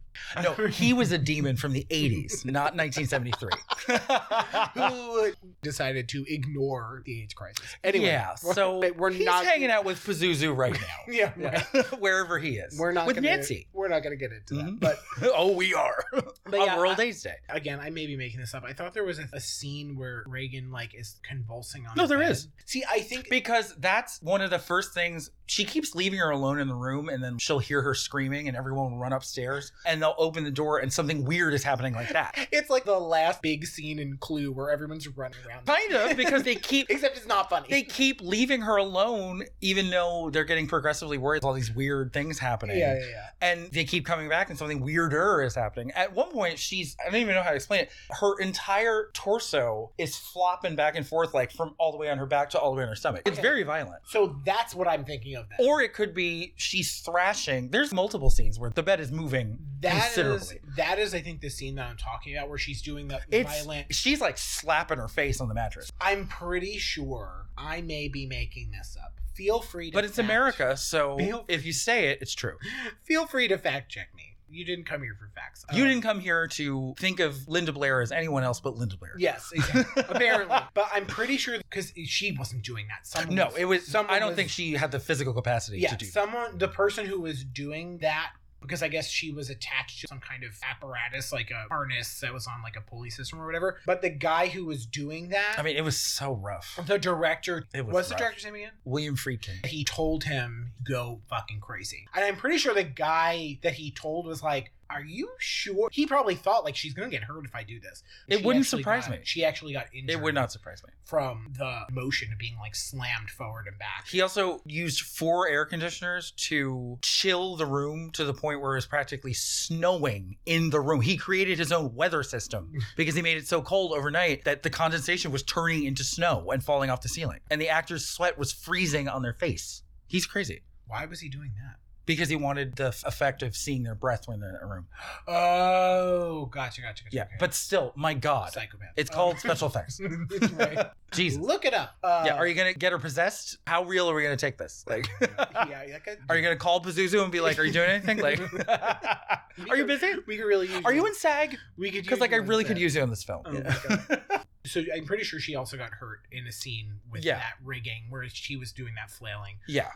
S3: No, he was a demon
S1: *laughs*
S3: from the 80s, not *laughs* 1973.
S1: who decided to ignore the AIDS crisis. Anyway,
S3: yeah,
S1: we're-
S3: so
S1: *laughs* we're
S3: he's
S1: not
S3: hanging out with Pazuzu right now.
S1: Yeah,
S3: *laughs* Yeah. wherever he is.
S1: we're not
S3: with
S1: gonna,
S3: Nancy.
S1: We're not going to get into that.
S3: Mhm.
S1: But
S3: *laughs* oh, we are
S1: But
S3: on
S1: yeah,
S3: World AIDS Day.
S1: again, I may be making this up. I thought there was a, a scene where Reagan like is convulsing on.
S3: No,
S1: his
S3: there
S1: bed.
S3: is.
S1: See, I think
S3: Because that's one of the first things she keeps leaving her alone in the room, and then she'll hear her screaming, and everyone will run upstairs, and they'll open the door, and something weird is happening like that.
S1: it's like the last big scene in Clue where everyone's running around.
S3: *laughs* Kind of because they *laughs* keep
S1: Except it's not funny.
S3: they keep leaving her alone, even though they're getting progressively worried. with All these weird things happening.
S1: yeah, yeah, yeah.
S3: and they keep coming back and something weirder is happening at one point she's i don't even know how to explain it her entire torso is flopping back and forth like from all the way on her back to all the way on her stomach it's
S1: Okay.
S3: very violent
S1: So that's what I'm thinking of. Then.
S3: or it could be she's thrashing there's multiple scenes where the bed is moving
S1: that is
S3: considerably
S1: that is I think the scene that I'm talking about where she's doing the
S3: it's
S1: violent.
S3: she's like slapping her face on the mattress
S1: I'm pretty sure I may be making this up. Feel free to
S3: but it's
S1: fact-
S3: america so
S1: Bill-
S3: if you say it it's true
S1: Feel free to fact check me. You didn't come here for facts.
S3: you
S1: Um,
S3: didn't come here to think of linda blair as anyone else but linda blair
S1: Yes, exactly.
S3: *laughs*
S1: apparently. But I'm pretty sure because she wasn't doing that. Someone
S3: no
S1: was-
S3: it was
S1: someone
S3: i don't
S1: was-
S3: think she had the physical capacity
S1: yeah,
S3: to do that.
S1: someone, the person who was doing that, because I guess she was attached to some kind of apparatus, like a harness that was on like a pulley system or whatever. But the guy who was doing that,
S3: I mean, it was so rough.
S1: the director,
S3: It was
S1: what's the
S3: rough.
S1: director's name again?
S3: William Friedkin.
S1: He told him go fucking crazy, and I'm pretty sure the guy that he told was like, "Are you sure?" He probably thought like she's gonna get hurt if I do this.
S3: It
S1: She
S3: wouldn't
S1: actually
S3: surprise
S1: got-
S3: me.
S1: She actually got injured.
S3: It would not surprise me.
S1: from the motion of being like slammed forward and back.
S3: He also used four air conditioners to chill the room to the point where it was practically snowing in the room. He created his own weather system because he made it so cold overnight that the condensation was turning into snow and falling off the ceiling. And the actor's sweat was freezing on their face. He's crazy.
S1: Why was he doing that?
S3: because he wanted the f- effect of seeing their breath when they're in a room.
S1: Oh, gotcha, gotcha, gotcha.
S3: Yeah,
S1: okay.
S3: but still, my God,
S1: psychopath. *laughs*
S3: it's
S1: Oh.
S3: called special effects.
S1: It's right.
S3: *laughs* Jesus.
S1: Look it up. Uh,
S3: Yeah, are you gonna get her possessed? How real are we gonna take this? Like,
S1: *laughs* yeah, that could,
S3: are you gonna call Pazuzu and be like, "Are you
S1: *laughs*
S3: doing anything?" Like, *laughs* are you busy?
S1: We could really use.
S3: Are you
S1: one.
S3: in SAG?
S1: We could
S3: Because
S1: use
S3: like, I
S1: one
S3: really
S1: set.
S3: could use you in this film.
S1: Oh
S3: Yeah.
S1: my
S3: *laughs*
S1: god. so I'm pretty sure she also got hurt in a scene with
S3: Yeah.
S1: that rigging where she was doing that flailing.
S3: yeah.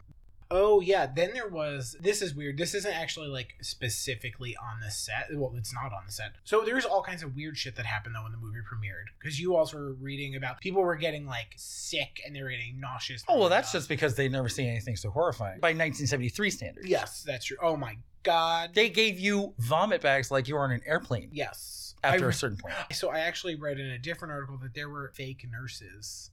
S1: Oh yeah, then there was this is weird. This isn't actually like specifically on the set. Well, it's not on the set. So there's all kinds of weird shit that happened though when the movie premiered cuz you also were reading about people were getting like sick and they were getting nauseous.
S3: Oh well, that's
S1: Uh,
S3: just because they've never seen anything so horrifying by 1973 standards.
S1: Yes, that's true. Oh my god.
S3: They gave you vomit bags like you were on an airplane
S1: yes.
S3: after
S1: I-
S3: a certain point.
S1: So I actually read in a different article that there were fake nurses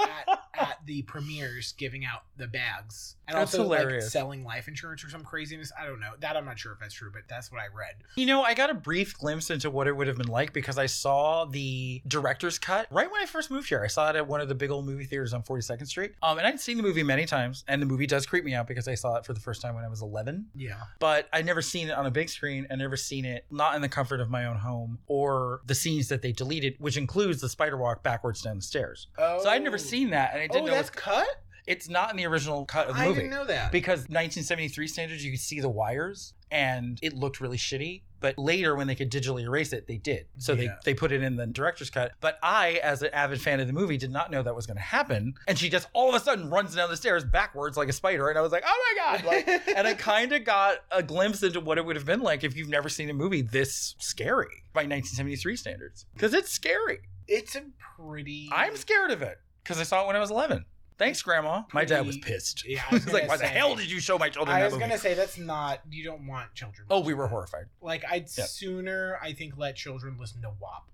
S1: at,
S3: *laughs*
S1: at the premieres giving out the bags and
S3: That's
S1: also like
S3: hilarious.
S1: selling life insurance or some craziness. I don't know. That I'm not sure if that's true, but that's what I read.
S3: You know, I got a brief glimpse into what it would have been like because I saw the director's cut right when I first moved here. I saw it at one of the big old movie theaters on 42nd Street. Um, and I'd seen the movie many times, and the movie does creep me out because I saw it for the first time when I was 11.
S1: Yeah.
S3: But I'd never seen it on a big screen. I'd never seen it not in the comfort of my own home or the scenes that they deleted, which includes the spider walk backwards down the stairs.
S1: Oh.
S3: So I'd never seen that, and I didn't
S1: Oh,
S3: know
S1: that's
S3: it's
S1: cut.
S3: it's not in the original cut of the
S1: I
S3: movie
S1: didn't know that.
S3: because 1973 standards you could see the wires and it looked really shitty but later when they could digitally erase it they did so
S1: Yeah.
S3: they, they put it in the director's cut but i as an avid fan of the movie did not know that was going to happen and she just all of a sudden runs down the stairs backwards like a spider and i was like oh my god *laughs* like, and i kind of got a glimpse into what it would have been like if you've never seen a movie this scary by 1973 standards because it's scary
S1: it's a pretty.
S3: i'm scared of it because i saw it when i was 11 thanks grandma my dad was
S1: Pretty- *laughs*
S3: pissed
S1: Yeah, I
S3: I
S1: was,
S3: was like,
S1: gonna
S3: why the
S1: say-
S3: hell did you show my children
S1: I
S3: that
S1: was
S3: movie?
S1: gonna say that's not. You don't want children.
S3: oh, we were horrified.
S1: Like I'd
S3: Yeah.
S1: sooner, I think, let children listen to WAP.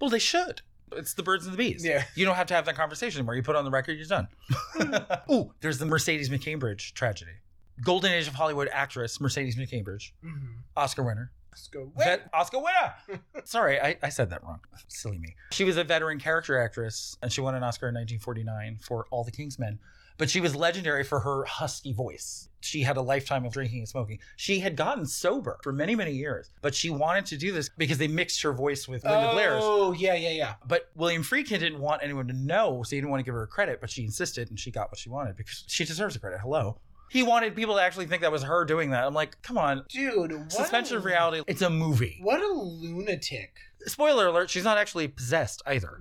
S3: Well, they should. It's the birds and the bees.
S1: Yeah.
S3: You don't have to have that conversation where you put on the record,
S1: *laughs*
S3: you're done. Ooh, there's the Mercedes McCambridge tragedy. Golden Age of Hollywood actress Mercedes McCambridge,
S1: Mm-hmm.
S3: Oscar winner.
S1: Let's go.
S3: Vet-
S1: *laughs*
S3: Oscar winner! Sorry, I, I said that wrong. Silly me. She was a veteran character actress and she won an Oscar in 1949 for All the King's Men. But she was legendary for her husky voice. She had a lifetime of drinking and smoking. She had gotten sober for many, many years, but she wanted to do this because they mixed her voice with Linda Blair's.
S1: oh yeah, yeah, yeah.
S3: But William Friedkin didn't want anyone to know, so he didn't want to give her credit, but she insisted and she got what she wanted because she deserves the credit. Hello. He wanted people to actually think that was her doing that. I'm like, come on.
S1: Dude, what
S3: Suspension
S1: a-
S3: of reality. It's a movie.
S1: What a lunatic.
S3: Spoiler alert, she's not actually possessed
S1: *laughs*
S3: either.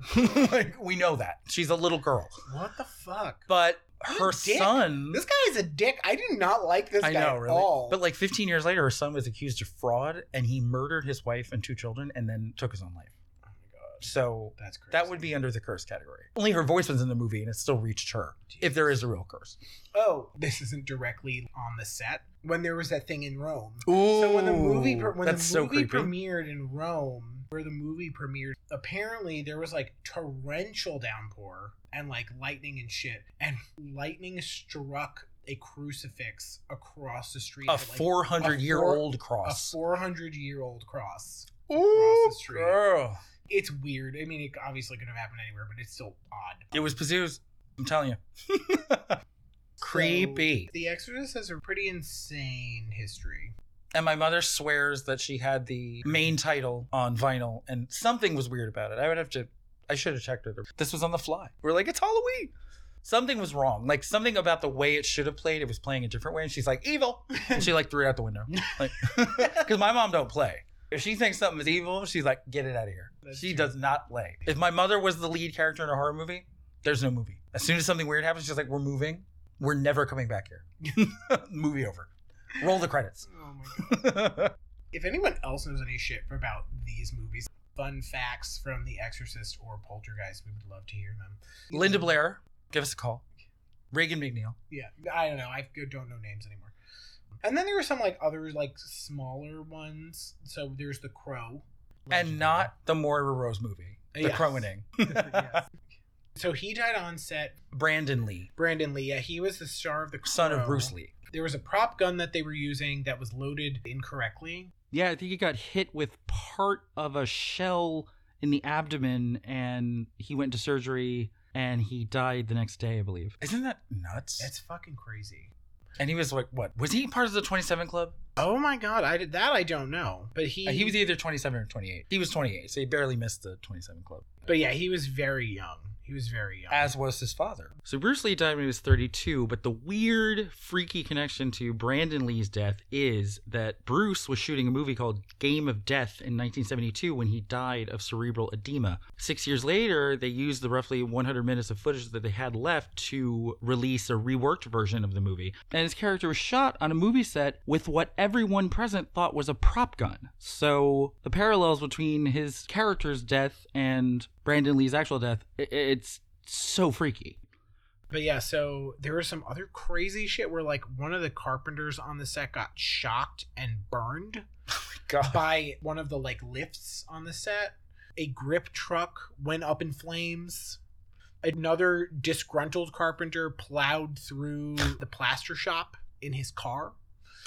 S3: like, we know that. She's a little girl.
S1: What the fuck?
S3: But
S1: What a
S3: her
S1: dick.
S3: son.
S1: This guy is a dick. I do not like this
S3: I
S1: guy
S3: know,
S1: at
S3: really.
S1: all.
S3: But like 15 years later, her son was accused of fraud and he murdered his wife and two children and then took his own life.
S1: oh my god,
S3: So
S1: that's crazy.
S3: that would be under the curse category. Only her voice was in the movie and it still reached her, if there is a real curse.
S1: Oh, this isn't directly on the set. When there was that thing in Rome.
S3: Ooh,
S1: so when the movie pre- when
S3: that's
S1: the
S3: so
S1: movie
S3: creepy.
S1: premiered in Rome, where the movie premiered, apparently there was like torrential downpour and like lightning and shit, and lightning struck a crucifix across the street.
S3: a
S1: at, like,
S3: four hundred year old
S1: a
S3: cross.
S1: four hundred year old cross.
S3: Ooh,
S1: the street.
S3: girl.
S1: It's weird. I mean, it obviously could have happened anywhere, but it's still odd.
S3: It was Pazuzu. I'm telling you. Creepy.
S1: So, the Exorcist has a pretty insane history.
S3: And my mother swears that she had the main title on vinyl, and something was weird about it. I would have to. I should have checked with her. This was on the fly. We're like, it's Halloween. Something was wrong. Like something about the way it should have played. It was playing a different way, and she's like, evil. And she like threw it out
S1: *laughs*
S3: the window. Like, *laughs* because my mom don't play. If she thinks something is evil, she's like, get it out of here.
S1: That's
S3: she
S1: true.
S3: does not play. If my mother was the lead character in a horror movie, there's no movie. As soon as something weird happens, she's like, we're moving. We're never coming back here. *laughs* movie over. Roll the credits.
S1: Oh my god. If anyone else knows any shit about these movies, fun facts from The Exorcist or Poltergeist, we would love to hear them.
S3: *laughs* Linda Blair, give us a call. Reagan McNeil.
S1: Yeah, I don't know. I don't know names anymore. And then there were some like other like smaller ones. So there's The Crow,
S3: And not the Moira Rose movie. The
S1: Yes.
S3: Croning.
S1: *laughs* Yes. So he died on set.
S3: Brandon Lee,
S1: Brandon Lee, yeah, he was the star of The Crow.
S3: son of Bruce Lee.
S1: There was a prop gun that they were using that was loaded incorrectly.
S2: Yeah, I think he got hit with part of a shell in the abdomen and he went to surgery and he died the next day, I believe.
S3: Isn't that nuts?
S1: That's fucking crazy.
S3: And he was like, what? Was he part of the 27 Club?
S1: Oh my god, I did that. I don't know, but he
S3: Uh, he was either 27 or 28. He was 28, so he barely missed the 27 Club,
S1: But yeah, he was very young. He was very young.
S3: as was his father.
S2: So Bruce Lee died when he was 32, but the weird, freaky connection to Brandon Lee's death is that Bruce was shooting a movie called Game of Death in 1972 when he died of cerebral edema. Six years later, they used the roughly 100 minutes of footage that they had left to release a reworked version of the movie. And his character was shot on a movie set with what everyone present thought was a prop gun. So the parallels between his character's death and Brandon Lee's actual death, i- i- it's so freaky.
S1: But yeah, so there was some other crazy shit where like one of the carpenters on the set got shocked and
S3: *laughs*
S1: burned
S3: Oh God.
S1: by one of the like lifts on the set. A grip truck went up in flames. Another disgruntled carpenter plowed through the plaster shop in his car.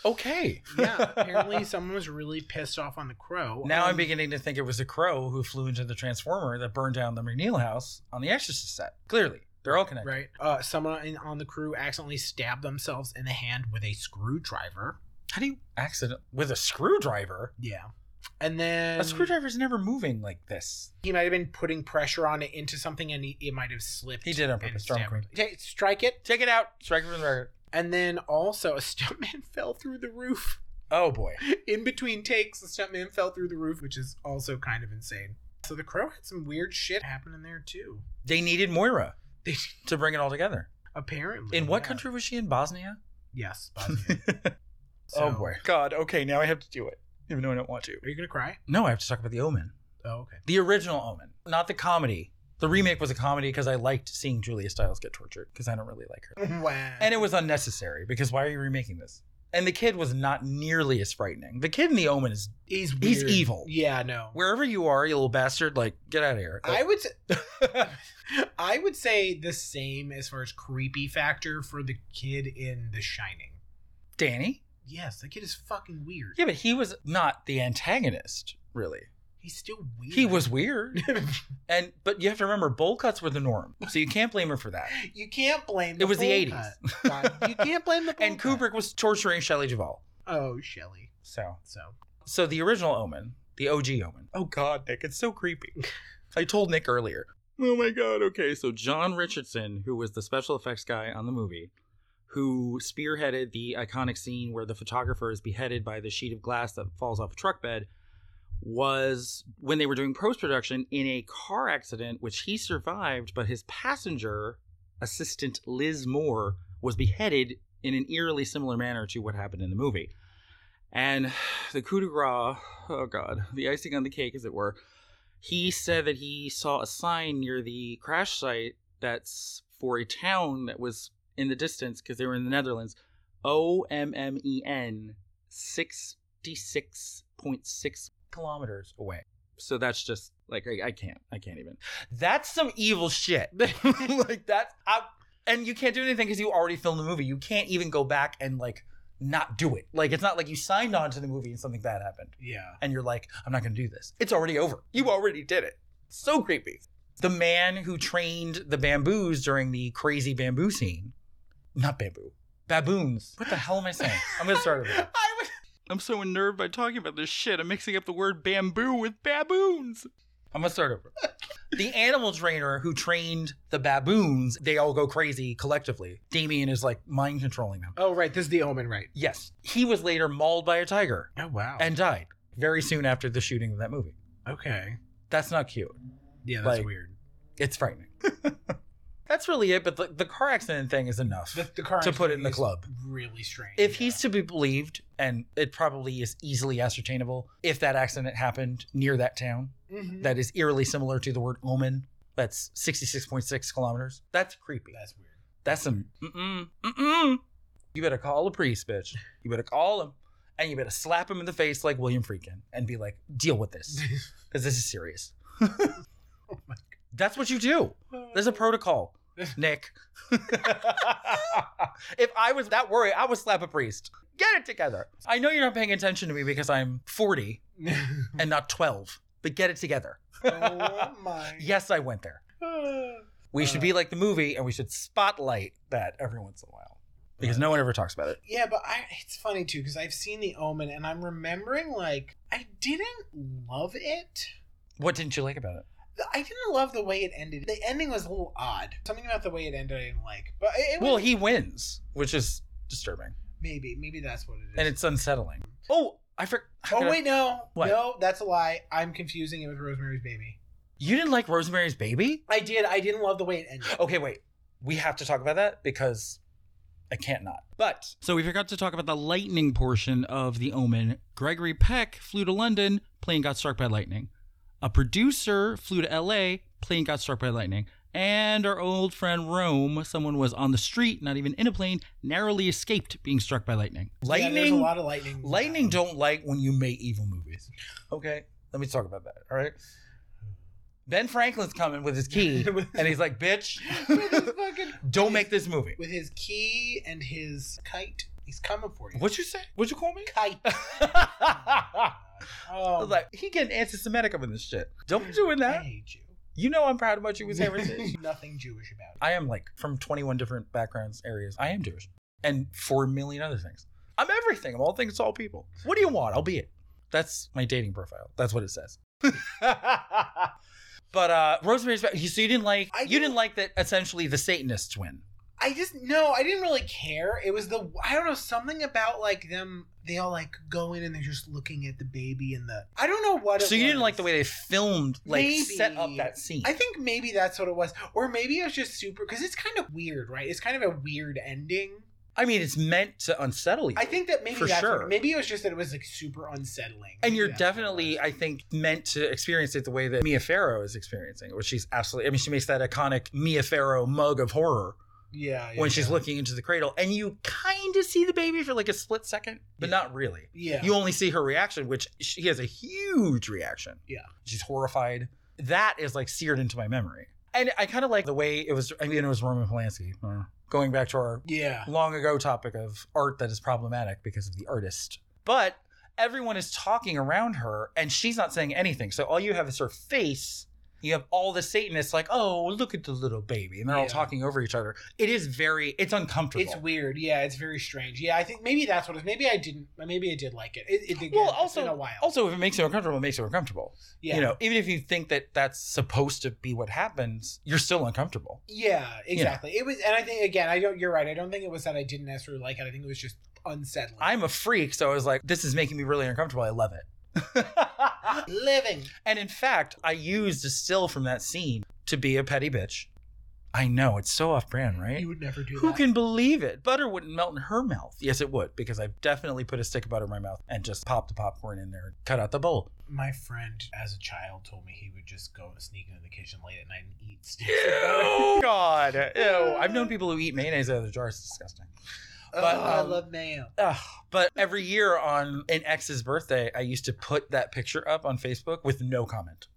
S3: Okay. *laughs*
S1: Yeah, apparently someone was really pissed off on the crow.
S3: Now I'm
S1: Um,
S3: beginning to think it was the crow who flew into the transformer that burned down the McNeil house on the Exorcist set. Clearly, they're all connected.
S1: right. Uh, someone in, on the crew accidentally stabbed themselves in the hand with a screwdriver.
S3: How do you accident with a screwdriver?
S1: Yeah, and then
S3: A screwdriver's never moving like this.
S1: he might have been putting pressure on it into something and he, it might have slipped.
S3: He did on
S1: and
S3: purpose, Storm
S1: stabbed it. Okay, strike it.
S3: Check it out. Strike it from the record.
S1: And then also a *laughs* stuntman fell through the roof. *laughs*
S3: Oh boy.
S1: In between takes, the stuntman fell through the roof, which is also kind of insane. So the crow had some weird shit happening there too.
S3: They needed Moira
S1: They-
S3: *laughs* to bring it all together.
S1: Apparently.
S3: In what
S1: yeah.
S3: country was she in? Bosnia?
S1: Yes. Bosnia.
S3: *laughs* oh
S1: So-
S3: boy. God, okay, now I have to do it. Even though I don't want to.
S1: Are you gonna cry?
S3: No, I have to talk about the omen.
S1: Oh, okay.
S3: The original omen. Not the comedy. The remake was a comedy because I liked seeing Julia Stiles get tortured, because I don't really like her.
S1: *laughs* Wow.
S3: And it was unnecessary because why are you remaking this? And the kid was not nearly as frightening. The kid in the omen is
S1: he's
S3: he's
S1: weird.
S3: evil.
S1: Yeah, no.
S3: wherever you are, you little bastard, like get out of here.
S1: I would s- *laughs* I would say the same as far as creepy factor for the kid in The Shining.
S3: *laughs* Danny?
S1: Yes, the kid is fucking weird.
S3: Yeah, but he was not the antagonist, really.
S1: He's still weird. *laughs*
S3: He was weird. and but you have to remember bowl cuts were the norm. So you can't blame her for that.
S1: you can't blame.
S3: It was the
S1: bowl *laughs*
S3: 80s.
S1: cut, Scott. you can't blame the.
S3: *laughs* And
S1: bowl cut.
S3: Kubrick was torturing Shelley Duvall.
S1: Oh, Shelley.
S3: So
S1: So
S3: so the original omen, the OG omen. Oh god, Nick, it's
S2: *laughs*
S3: so creepy. I told Nick earlier.
S2: Oh my god, okay. So John Richardson, who was the special effects guy on the movie, who spearheaded the iconic scene where the photographer is beheaded by the sheet of glass that falls off a truck bed, was when they were doing post production in a car accident, which he survived, but his passenger, assistant Liz Moore, was beheaded in an eerily similar manner to what happened in the movie. And *sighs* the coup de grace, oh god, the icing on the cake, as it were, he said that he saw a sign near the crash site that's for a town that was in the distance because they were in the Netherlands. O M M E N 66.6.
S3: Kilometers away.
S2: So that's just like, I, I can't. I can't even.
S3: That's some
S2: *laughs*
S3: evil shit. like that. I, and you can't do anything because you already filmed the movie. You can't even go back and like not do it. Like it's not like you signed on to the movie and something bad happened
S1: yeah,
S3: and you're like, I'm not going to do this. It's already over. You already did it. So creepy. The man who trained the bamboos during the crazy bamboo scene, not bamboo, baboons. What the hell am I saying? I'm going to start over.
S1: *laughs* I was.
S2: *laughs* I'm so unnerved by talking about this shit. I'm mixing up the word bamboo with baboons.
S3: I'm gonna start over. *laughs* the animal trainer who trained the baboons, they all go crazy collectively. Damien is like mind controlling them.
S1: Oh right, this is the Omen, right?
S3: Yes, he was later mauled by a tiger
S1: Oh wow.
S3: and died very soon after the shooting of that movie.
S1: okay.
S3: That's not cute.
S1: Yeah, that's
S3: Like-
S1: weird. *laughs*
S3: It's frightening. That's really it. But the, the car accident thing is enough.
S1: The, the car
S3: To put
S1: accident
S3: it in the
S1: is
S3: club.
S1: Really strange.
S3: if
S1: yeah.
S3: he's to be believed, and it probably is easily ascertainable, if that accident happened near that town,
S1: Mhm.
S3: that is eerily similar to the word omen. That's 66.6 kilometers. That's creepy.
S1: that's weird.
S3: That's some
S2: Mm-mm. Mm-mm.
S3: You better call a priest, bitch. You better call him. And you better slap him in the face like William Freakin and be like, deal with this. Because this is serious.
S1: Oh my
S3: That's what you do.
S1: God.
S3: *laughs* There's a protocol, Nick. *laughs* if I was that worried, I would slap a priest. Get it together. I know you're not paying attention to me because I'm 40 and not 12, but get it together.
S1: *laughs* oh
S3: *laughs*
S1: my.
S3: Yes, I went there. We should be like the movie and we should spotlight that every once in a while. because no one ever talks about it.
S1: Yeah, but I, it's funny too because I've seen The Omen and I'm remembering like I didn't love it.
S3: What didn't you like about it?
S1: I didn't love the way it ended. The ending was a little odd. Something about the way it ended I didn't like. But it, it was,
S3: Well, he wins, which is disturbing
S1: maybe maybe that's what it is.
S3: and it's unsettling. Oh, I forgot.
S1: oh wait, no,
S3: What?
S1: no, that's a lie. I'm confusing it with Rosemary's Baby.
S3: you didn't like Rosemary's Baby?
S1: I did. I didn't love the way it ended.
S3: Okay, wait. We have to talk about that because I can't not. But
S2: So we forgot to talk about the lightning portion of The Omen. Gregory Peck flew to London, plane got struck by lightning. A producer flew to LA, plane got struck by lightning. And our old friend Rome, someone was on the street, not even in a plane, narrowly escaped being struck by lightning.
S1: yeah, there's a
S3: lightning,
S1: lot of lightning.
S3: lightning don't like when you make evil movies. Okay, let me talk about that. All right. Ben Franklin's coming with his key, and he's like, "Bitch,
S1: *laughs* with his fucking
S3: don't make this movie."
S1: with his key and his kite. He's coming for you.
S3: What you say? What'd you call me? *laughs*
S1: kite?
S3: I
S1: Oh,
S3: was like, he getting anti-Semitic up in this shit. Don't doing
S1: I
S3: that.
S1: hate you.
S3: You know I'm proud of my
S1: *laughs*
S3: Jewish heritage.
S1: Nothing Jewish about
S3: *laughs*
S1: it.
S3: I am like from 21 different backgrounds, areas. I am Jewish, and four million other things. I'm everything. I'm all things to all people. What do you want? I'll be it. That's my dating profile. That's what it says. but uh Rosemary's Baby. So you didn't like
S1: I
S3: you didn't
S1: didn't-
S3: like that. Essentially, the Satanists win.
S1: I just no. I didn't really care. It was the I don't know something about like them. They all like go in and they're just looking at the baby and the I don't know what. It
S3: So you didn't
S1: was.
S3: like the way they filmed, like
S1: Maybe.
S3: set up that scene.
S1: I think maybe that's what it was, or maybe it was just super because it's kind of weird, right? It's kind of a weird ending.
S3: I mean, it's meant to unsettle you.
S1: I think that maybe
S3: For
S1: that's
S3: sure.
S1: What, maybe it was just that it was like super unsettling.
S3: and
S1: Maybe
S3: you're
S1: that's what it
S3: definitely,
S1: was.
S3: I think, meant to experience it the way that Mia Farrow is experiencing it, which she's absolutely. I mean, she makes that iconic Mia Farrow mug of horror
S1: yeah, yeah
S3: when she's
S1: yeah.
S3: looking into the cradle, and you kind of see the baby for like a split second, but
S1: Yeah.
S3: not really.
S1: Yeah,
S3: You only see her reaction, which she has a huge reaction.
S1: Yeah.
S3: she's horrified. That is like seared into my memory, and I kind of like the way it was. I mean, it was Roman Polanski. uh, Going back to our
S1: yeah.
S3: long ago topic of art that is problematic because of the artist. But everyone is talking around her and she's not saying anything. So all you have is her face. You have all the Satanists like, oh, look at the little baby. And they're all
S1: Yeah.
S3: talking over each other. It is very, it's uncomfortable.
S1: It's weird. Yeah, it's very strange. Yeah, I think maybe that's what it is. Maybe I didn't. Maybe I did like it. it, it again,
S3: Well,
S1: it's
S3: also,
S1: been a while.
S3: also, if it makes you uncomfortable, it makes you uncomfortable.
S1: yeah,
S3: You know, even if you think that that's supposed to be what happens, you're still uncomfortable.
S1: yeah,
S3: you know.
S1: exactly. It was, and I think again, I don't. You're right. I don't think it was that I didn't necessarily like it. I think it was just unsettling.
S3: I'm a freak, so I was like, this is making me really uncomfortable. I love it. *laughs*
S1: living.
S3: And in fact, I used a still from that scene to be a petty bitch. I know, it's so off brand, right?
S1: You would never do
S3: Eh? Who
S1: that.
S3: can believe it? Butter wouldn't melt in her mouth. Yes, it would, because I've definitely put a stick of butter in my mouth and just popped the popcorn in there, cut out the bowl.
S1: My friend, as a child, told me he would just go and sneak into the kitchen late at night and eat.
S3: *laughs*
S1: sticks Oh, of *laughs* butter.
S3: Ew, God, ew. I've known people who eat mayonnaise out of the jar. It's disgusting. But,
S1: oh, I
S3: um,
S1: love mayo.
S3: Ugh. But every year on an ex's birthday, I used to put that picture up on Facebook with no comment.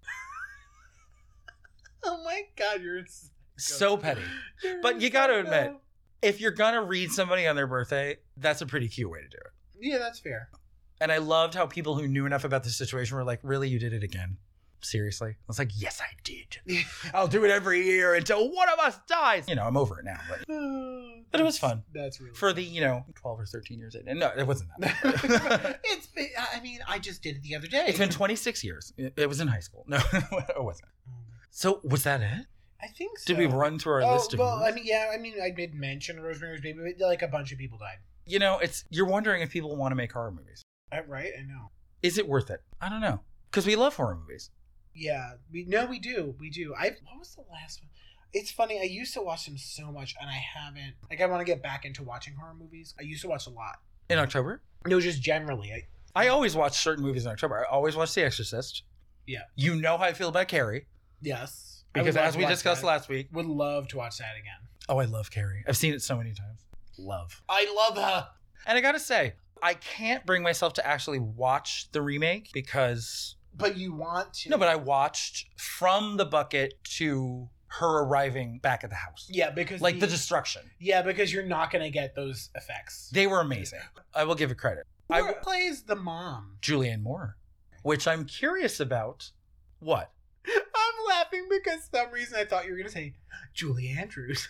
S1: Oh my god, you're s-
S3: So petty.
S1: you're
S3: But you gotta
S1: so-
S3: admit- If you're gonna read somebody on their birthday, that's a pretty cute way to do it.
S1: yeah, that's fair.
S3: And I loved how people who knew enough about the situation were like, really, you did it again? Seriously? I was like, yes, I
S1: *laughs*
S3: did. I'll do it every year until one of us dies. You know, I'm over it now. But
S1: but
S3: it was fun.
S1: That's really
S3: for the, you know, 12 or 13 years in. And no, it *laughs* wasn't
S1: *laughs*
S3: that.
S1: it's been, I mean, I just did it the other day.
S3: *laughs* it's been 26 years. It, it was in high school. No, *laughs* it wasn't. So was that it?
S1: Oh I think so.
S3: Did we run through our
S1: oh,
S3: list of
S1: well,
S3: movies?
S1: I mean, yeah, I mean, I did mention Rosemary's Baby, but like a bunch of people died.
S3: you know, it's you're wondering if people want to make horror movies.
S1: Uh, right? I know.
S3: Is it worth it? I don't know. Because we love horror movies.
S1: Yeah, we no, we do, we do. I what was the last one? It's funny. I used to watch them so much, and I haven't. Like, I want to get back into watching horror movies. I used to watch a lot.
S3: In October,
S1: No, just generally. I,
S3: I always watch certain movies in October. I always watch The Exorcist.
S1: Yeah.
S3: You know how I feel about Carrie
S1: yes, I would
S3: because
S1: love
S3: as
S1: to
S3: we
S1: watch
S3: discussed
S1: that.
S3: last week,
S1: would love to watch that again.
S3: oh, I love Carrie. I've seen it so many times. Love.
S1: I love her.
S3: And I got to say, I can't bring myself to actually watch the remake because
S1: But you want to?
S3: no, but I watched from the bucket to her arriving back at the house.
S1: yeah, because
S3: Like the destruction.
S1: yeah, because you're not gonna get those effects.
S3: They were amazing. I will give it credit.
S1: Who
S3: I
S1: are- plays the mom?
S3: Julianne Moore, which I'm curious about. What?
S1: I'm laughing because some reason I thought you were gonna say Julie Andrews.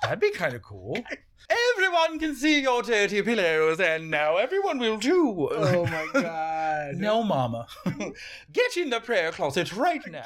S3: That'd be kind of cool. *laughs* everyone can see your dirty pillows, and now everyone will too.
S1: *laughs* *laughs* Oh my god.
S3: No, Mama. *laughs* Get in the prayer closet right now.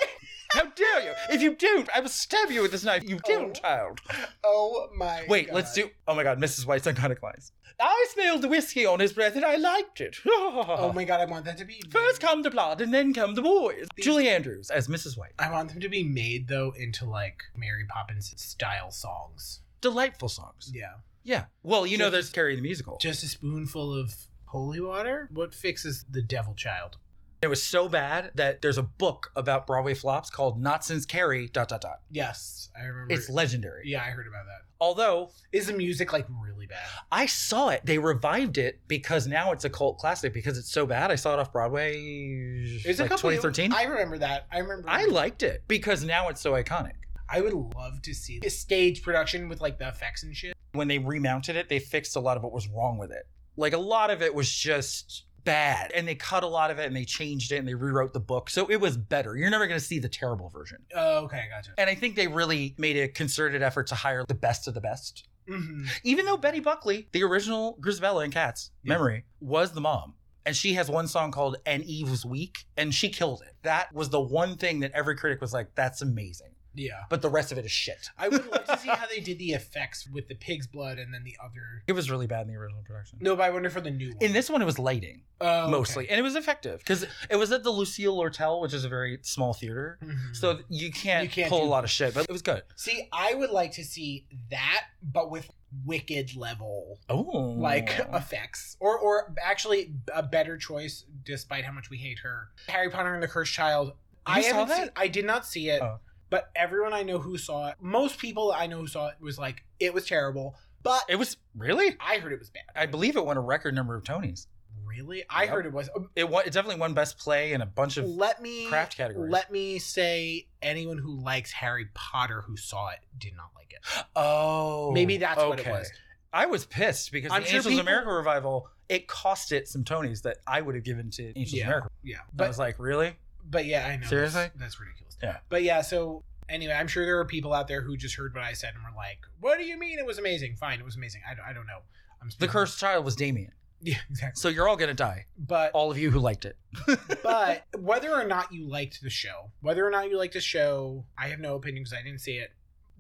S3: How dare you? If you don't, I will stab you with this knife. You
S1: Oh.
S3: little child.
S1: Oh my
S3: Wait,
S1: God.
S3: let's do. Oh my God, Mrs. White's iconic lines. I smelled the whiskey on his breath and I liked it. *laughs*
S1: Oh my god, I want that to be
S3: First come the blood and then come the boys. Julie Andrews as Mrs. White.
S1: I want them to be made though into like Mary Poppins style songs.
S3: Delightful songs.
S1: Yeah.
S3: Yeah. Well, you know
S1: Just-
S3: there's Carrie the musical.
S1: Just a spoonful of holy water? What fixes the devil child?
S3: It was so bad that there's a book about Broadway flops called Not Since Carrie. Dot dot dot.
S1: Yes, I remember.
S3: It's legendary.
S1: yeah, I heard about that.
S3: Although
S1: Is the music like really bad?
S3: I saw it, they revived it because now it's a cult classic because it's so bad. I saw it off Broadway.
S1: It's
S3: It's
S1: a
S3: like
S1: couple-
S3: 2013.
S1: I remember that. I remember.
S3: I liked it because now it's so iconic.
S1: I would love to see a stage production with like the effects and shit.
S3: when they remounted it, they fixed a lot of what was wrong with it. Like a lot of it was just bad, and they cut a lot of it and they changed it and they rewrote the book. So it was better. You're never going to see the terrible version.
S1: Oh, okay, gotcha.
S3: And I think they really made a concerted effort to hire the best of the best.
S1: hmm
S3: Even though Betty Buckley, the original Grisabella in Cats
S1: Yeah.
S3: memory, was the mom. And she has one song called An Eve's Week, and she killed it. That was the one thing that every critic was like, that's amazing.
S1: Yeah.
S3: But the rest of it is shit.
S1: I would love to see how they did the effects with the pig's blood and then the other.
S3: It was really bad in the original production.
S1: No, but I wonder for the new one.
S3: In this one, it was lighting.
S1: Oh, okay.
S3: mostly, and it was effective because it was at the Lucille Lortel, which is a very small theater,
S1: Mhm.
S3: so you can't,
S1: You can't
S3: pull
S1: do-
S3: a lot of shit. But it was good.
S1: see, I would like to see that, but with wicked level
S3: Oh,
S1: like effects, or or actually a better choice, despite how much we hate her. Harry Potter and the Cursed Child. I
S3: saw
S1: haven't
S3: that?
S1: Seen, I did not see it,
S3: Oh.
S1: but everyone I know who saw it, most people I know who saw it was like it was terrible. But
S3: it was really.
S1: I heard it was bad.
S3: I believe it won a record number of Tonys.
S1: Really, I
S3: Yep.
S1: heard it was. um,
S3: It won. It definitely won best play and a bunch of
S1: Let me
S3: craft categories.
S1: Let me say, anyone who likes Harry Potter who saw it did not like it.
S3: oh,
S1: Maybe that's what it
S3: okay.
S1: was.
S3: I was pissed because
S1: I'm
S3: the
S1: sure
S3: Angels
S1: people-
S3: of America revival it cost it some Tonys that I would have given to Angels
S1: Yeah.
S3: of America.
S1: Yeah,
S3: But I
S1: but
S3: was like, really?
S1: But yeah, I know.
S3: Seriously?
S1: That's, that's ridiculous.
S3: Yeah.
S1: But yeah, so anyway, I'm sure there are people out there who just heard what I said and were like, what do you mean it was amazing? Fine, it was amazing. I, don't- I don't know. I'm
S3: The
S1: speaking-
S3: cursed child was Damien,
S1: *laughs* Yeah, exactly.
S3: so you're all gonna die.
S1: But
S3: All of you who liked it.
S1: *laughs* but whether or not you liked the show, whether or not you liked the show, I have no opinion because I didn't see it.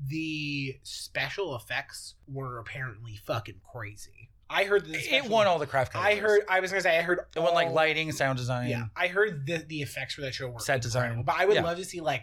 S1: The special effects were apparently fucking crazy. I heard the
S3: *laughs* It
S1: special-
S3: won all the craft.
S1: I
S3: Categories.
S1: heard. I was gonna say I heard
S3: It went like
S1: all-
S3: lighting, sound design.
S1: Yeah, I heard the the effects for that show were
S3: Set design.
S1: incredible, But I would
S3: Yeah.
S1: love to see like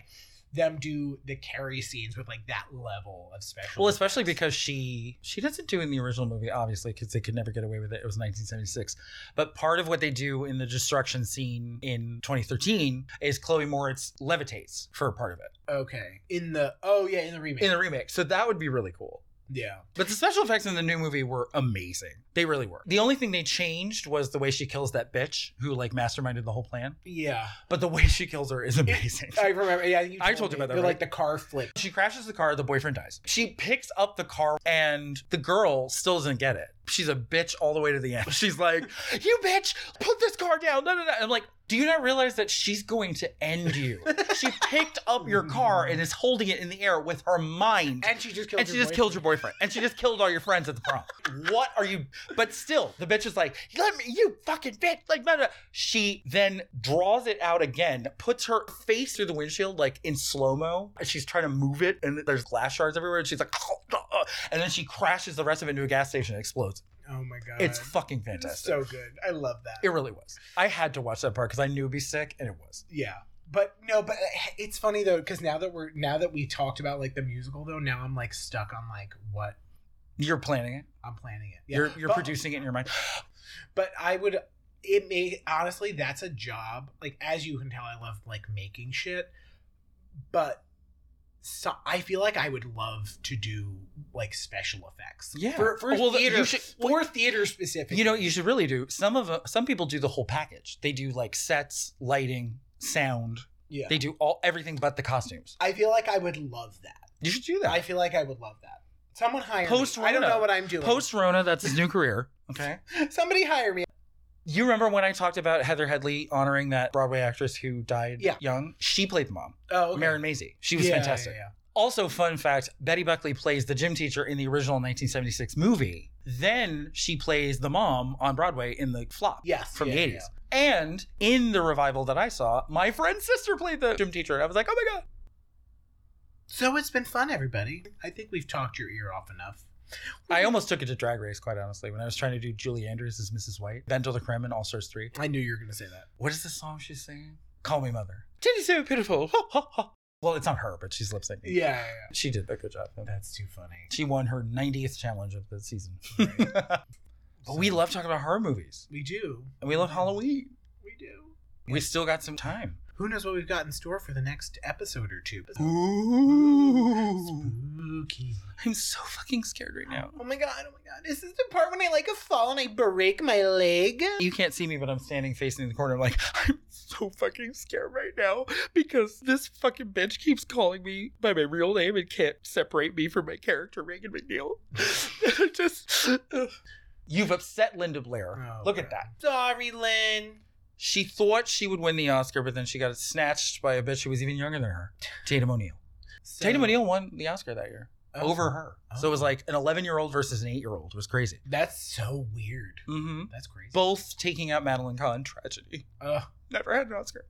S1: them do the carry scenes with like that level of special.
S3: Well, especially
S1: effects.
S3: because she she doesn't do in the original movie, obviously, because they could never get away with it. It was 1976. But part of what they do in the destruction scene in 2013 is Chloe Moritz levitates for a part of it
S1: okay in the oh yeah in the remake
S3: in the remake. So that would be really cool.
S1: yeah
S3: But the special effects in the new movie were amazing. They really were. The only thing they changed was the way she kills that bitch who like masterminded the whole plan.
S1: yeah
S3: But the way she kills her is amazing.
S1: I remember yeah
S3: I told you
S1: me.
S3: about that,
S1: They're, like
S3: right?
S1: the car flip
S3: She crashes the car, the boyfriend dies. She picks up the car, and the girl still doesn't get it. She's a bitch all the way to the end. *laughs* She's like, You bitch, put this car down. No, no, no. I'm like, Do you not realize that she's going to end you? *laughs* she picked up your car and is holding it in the air with her mind.
S1: and she just killed
S3: And she just killed your boyfriend. And she just killed all your friends at the prom. *laughs* what are you? But still, the bitch is like, let me, you fucking bitch. Like, blah, blah. she then draws it out again, puts her face through the windshield, like in slow mo. And she's trying to move it, and there's glass shards everywhere. And she's like, *laughs* and then she crashes the rest of it into a gas station and explodes.
S1: oh my god
S3: It's fucking fantastic.
S1: so good I love that
S3: it really was. I had to watch that part because I knew it'd be sick, and it was.
S1: yeah but no but uh, it's funny though because now that we're now that we talked about like the musical though now I'm like stuck on like what
S3: You're planning it.
S1: I'm planning it
S3: You're you're
S1: But-
S3: producing it in your mind.
S1: but I would it may honestly that's a job like as you can tell I love like making shit but so I feel like I would love to do like special effects
S3: Yeah.
S1: for, for
S3: Well,
S1: theater
S3: you should-
S1: for theater specific
S3: You know, what you should really do some of uh, some people do the whole package. They do like sets, lighting, sound.
S1: yeah
S3: They do all everything but the costumes.
S1: I feel like I would love that
S3: You should do
S1: I
S3: that.
S1: feel like I would love that someone hire
S3: Post
S1: me I don't
S3: Rona.
S1: know what I'm *laughs* doing
S3: Post Rona, that's his new career. Okay.
S1: somebody hire me
S3: You remember when I talked about Heather Headley honoring that Broadway actress who died
S1: Yeah.
S3: young? She played the mom,
S1: oh okay.
S3: Maren Maisie. She was
S1: Yeah,
S3: fantastic.
S1: yeah, yeah.
S3: Also, fun fact Betty Buckley plays the gym teacher in the original 1976 movie. Then she plays the mom on Broadway in the flop
S1: Yes,
S3: from
S1: yeah,
S3: the 80s. And in the revival that I saw, my friend's sister played the gym teacher. And I was like, oh my God.
S1: So it's been fun, everybody. I think we've talked your ear off enough.
S3: I almost took it to Drag Race, quite honestly, when I was trying to do Julie Andrews as Mrs. White, Vandal the Krem in All Stars 3.
S1: I knew you were going to say that.
S3: What is the song she's singing? Call Me Mother. Titty so pitiful. Ha, ha, ha. Well, it's not her, but she's lip syncing.
S1: Yeah, yeah, yeah.
S3: She did a good job.
S1: that's too funny.
S3: She won her 90th challenge of
S1: *laughs*
S3: the season.
S1: Right.
S3: But we love talking about horror movies.
S1: We do.
S3: And we love Halloween.
S1: We do.
S3: We still got some time.
S1: Who knows what we've got in store for the next episode or two?
S3: Ooh.
S1: Spooky.
S3: I'm so fucking scared right now.
S1: Oh my god, oh my god. Is this the part when I like a fall and I break my leg?
S3: You can't see me, but I'm standing facing the corner. I'm like, *laughs* I'm so fucking scared right now because this fucking bitch keeps calling me by my real name and can't separate me from my character, Reagan McNeil. *laughs* I just. ugh. You've upset Linda Blair.
S1: Oh,
S3: Look at
S1: God.
S3: that.
S1: Sorry, Lynn.
S3: She thought she would win the Oscar, but then she got snatched by a bitch who was even younger than her, Tatum O'Neill.
S1: So-
S3: Tatum O'Neill won the Oscar that year
S1: Oh.
S3: over her. So it was
S1: Oh.
S3: like an 11 year old versus an 8 year old. It was crazy.
S1: That's so weird.
S3: Mm-hmm.
S1: That's crazy.
S3: Both taking out Madeline Kahn. Tragedy.
S1: Ugh.
S3: Never had an Oscar.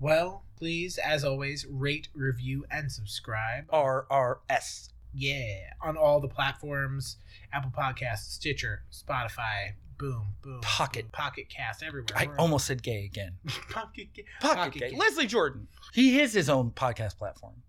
S1: well, please, as always, rate, review, and subscribe.
S3: RRS.
S1: Yeah, on all the platforms Apple Podcasts, Stitcher, Spotify, Boom, Boom,
S3: Pocket.
S1: Boom, Pocket Cast, everywhere.
S3: I
S1: We're-
S3: almost said gay again.
S1: Pocket Ca-
S3: Pocket,
S1: Pocket
S3: gay.
S1: gay.
S3: Leslie Jordan. He has his own podcast platform.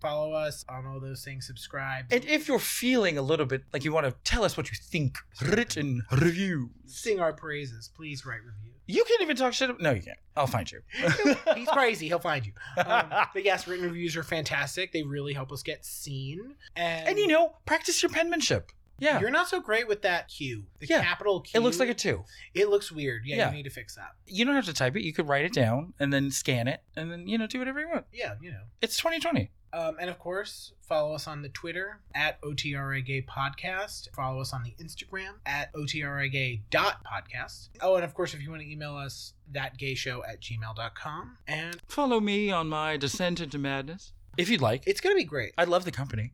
S1: Follow us on all those things. Subscribe.
S3: And if you're feeling a little bit like you want to tell us what you think, written review.
S1: Sing our praises. Please write review.
S3: *laughs* You can't even talk shit. ab- No, you can't. I'll find you. *laughs*
S1: He's crazy. He'll find you. Um, but yes, written reviews are fantastic. They really help us get seen. And,
S3: and you know, practice your penmanship. Yeah.
S1: you're not so great with that Q. The
S3: Yeah.
S1: capital Q.
S3: It looks like a two.
S1: It looks weird. Yeah,
S3: Yeah.
S1: you need to fix that.
S3: You don't have to type it. You could write it down and then scan it and then, you know, do whatever you want.
S1: Yeah, you know.
S3: It's 2020.
S1: Um, and of course, follow us on the Twitter at OTRA Gay Podcast. Follow us on the Instagram at OTRAGay.podcast. Oh, and of course, if you want to email us, thatgayshow at gmail.com. And
S2: Follow me on my descent into madness.
S3: If you'd like.
S1: it's going to be great.
S3: I love the company.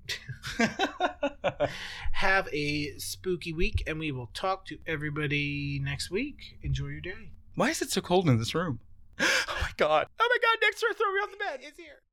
S3: *laughs*
S1: Have a spooky week, and we will talk to everybody next week. Enjoy your day.
S3: *gasps* Why is it so cold in this room? Oh my God. Oh my God. Next door, throw me off the bed.
S1: It's here.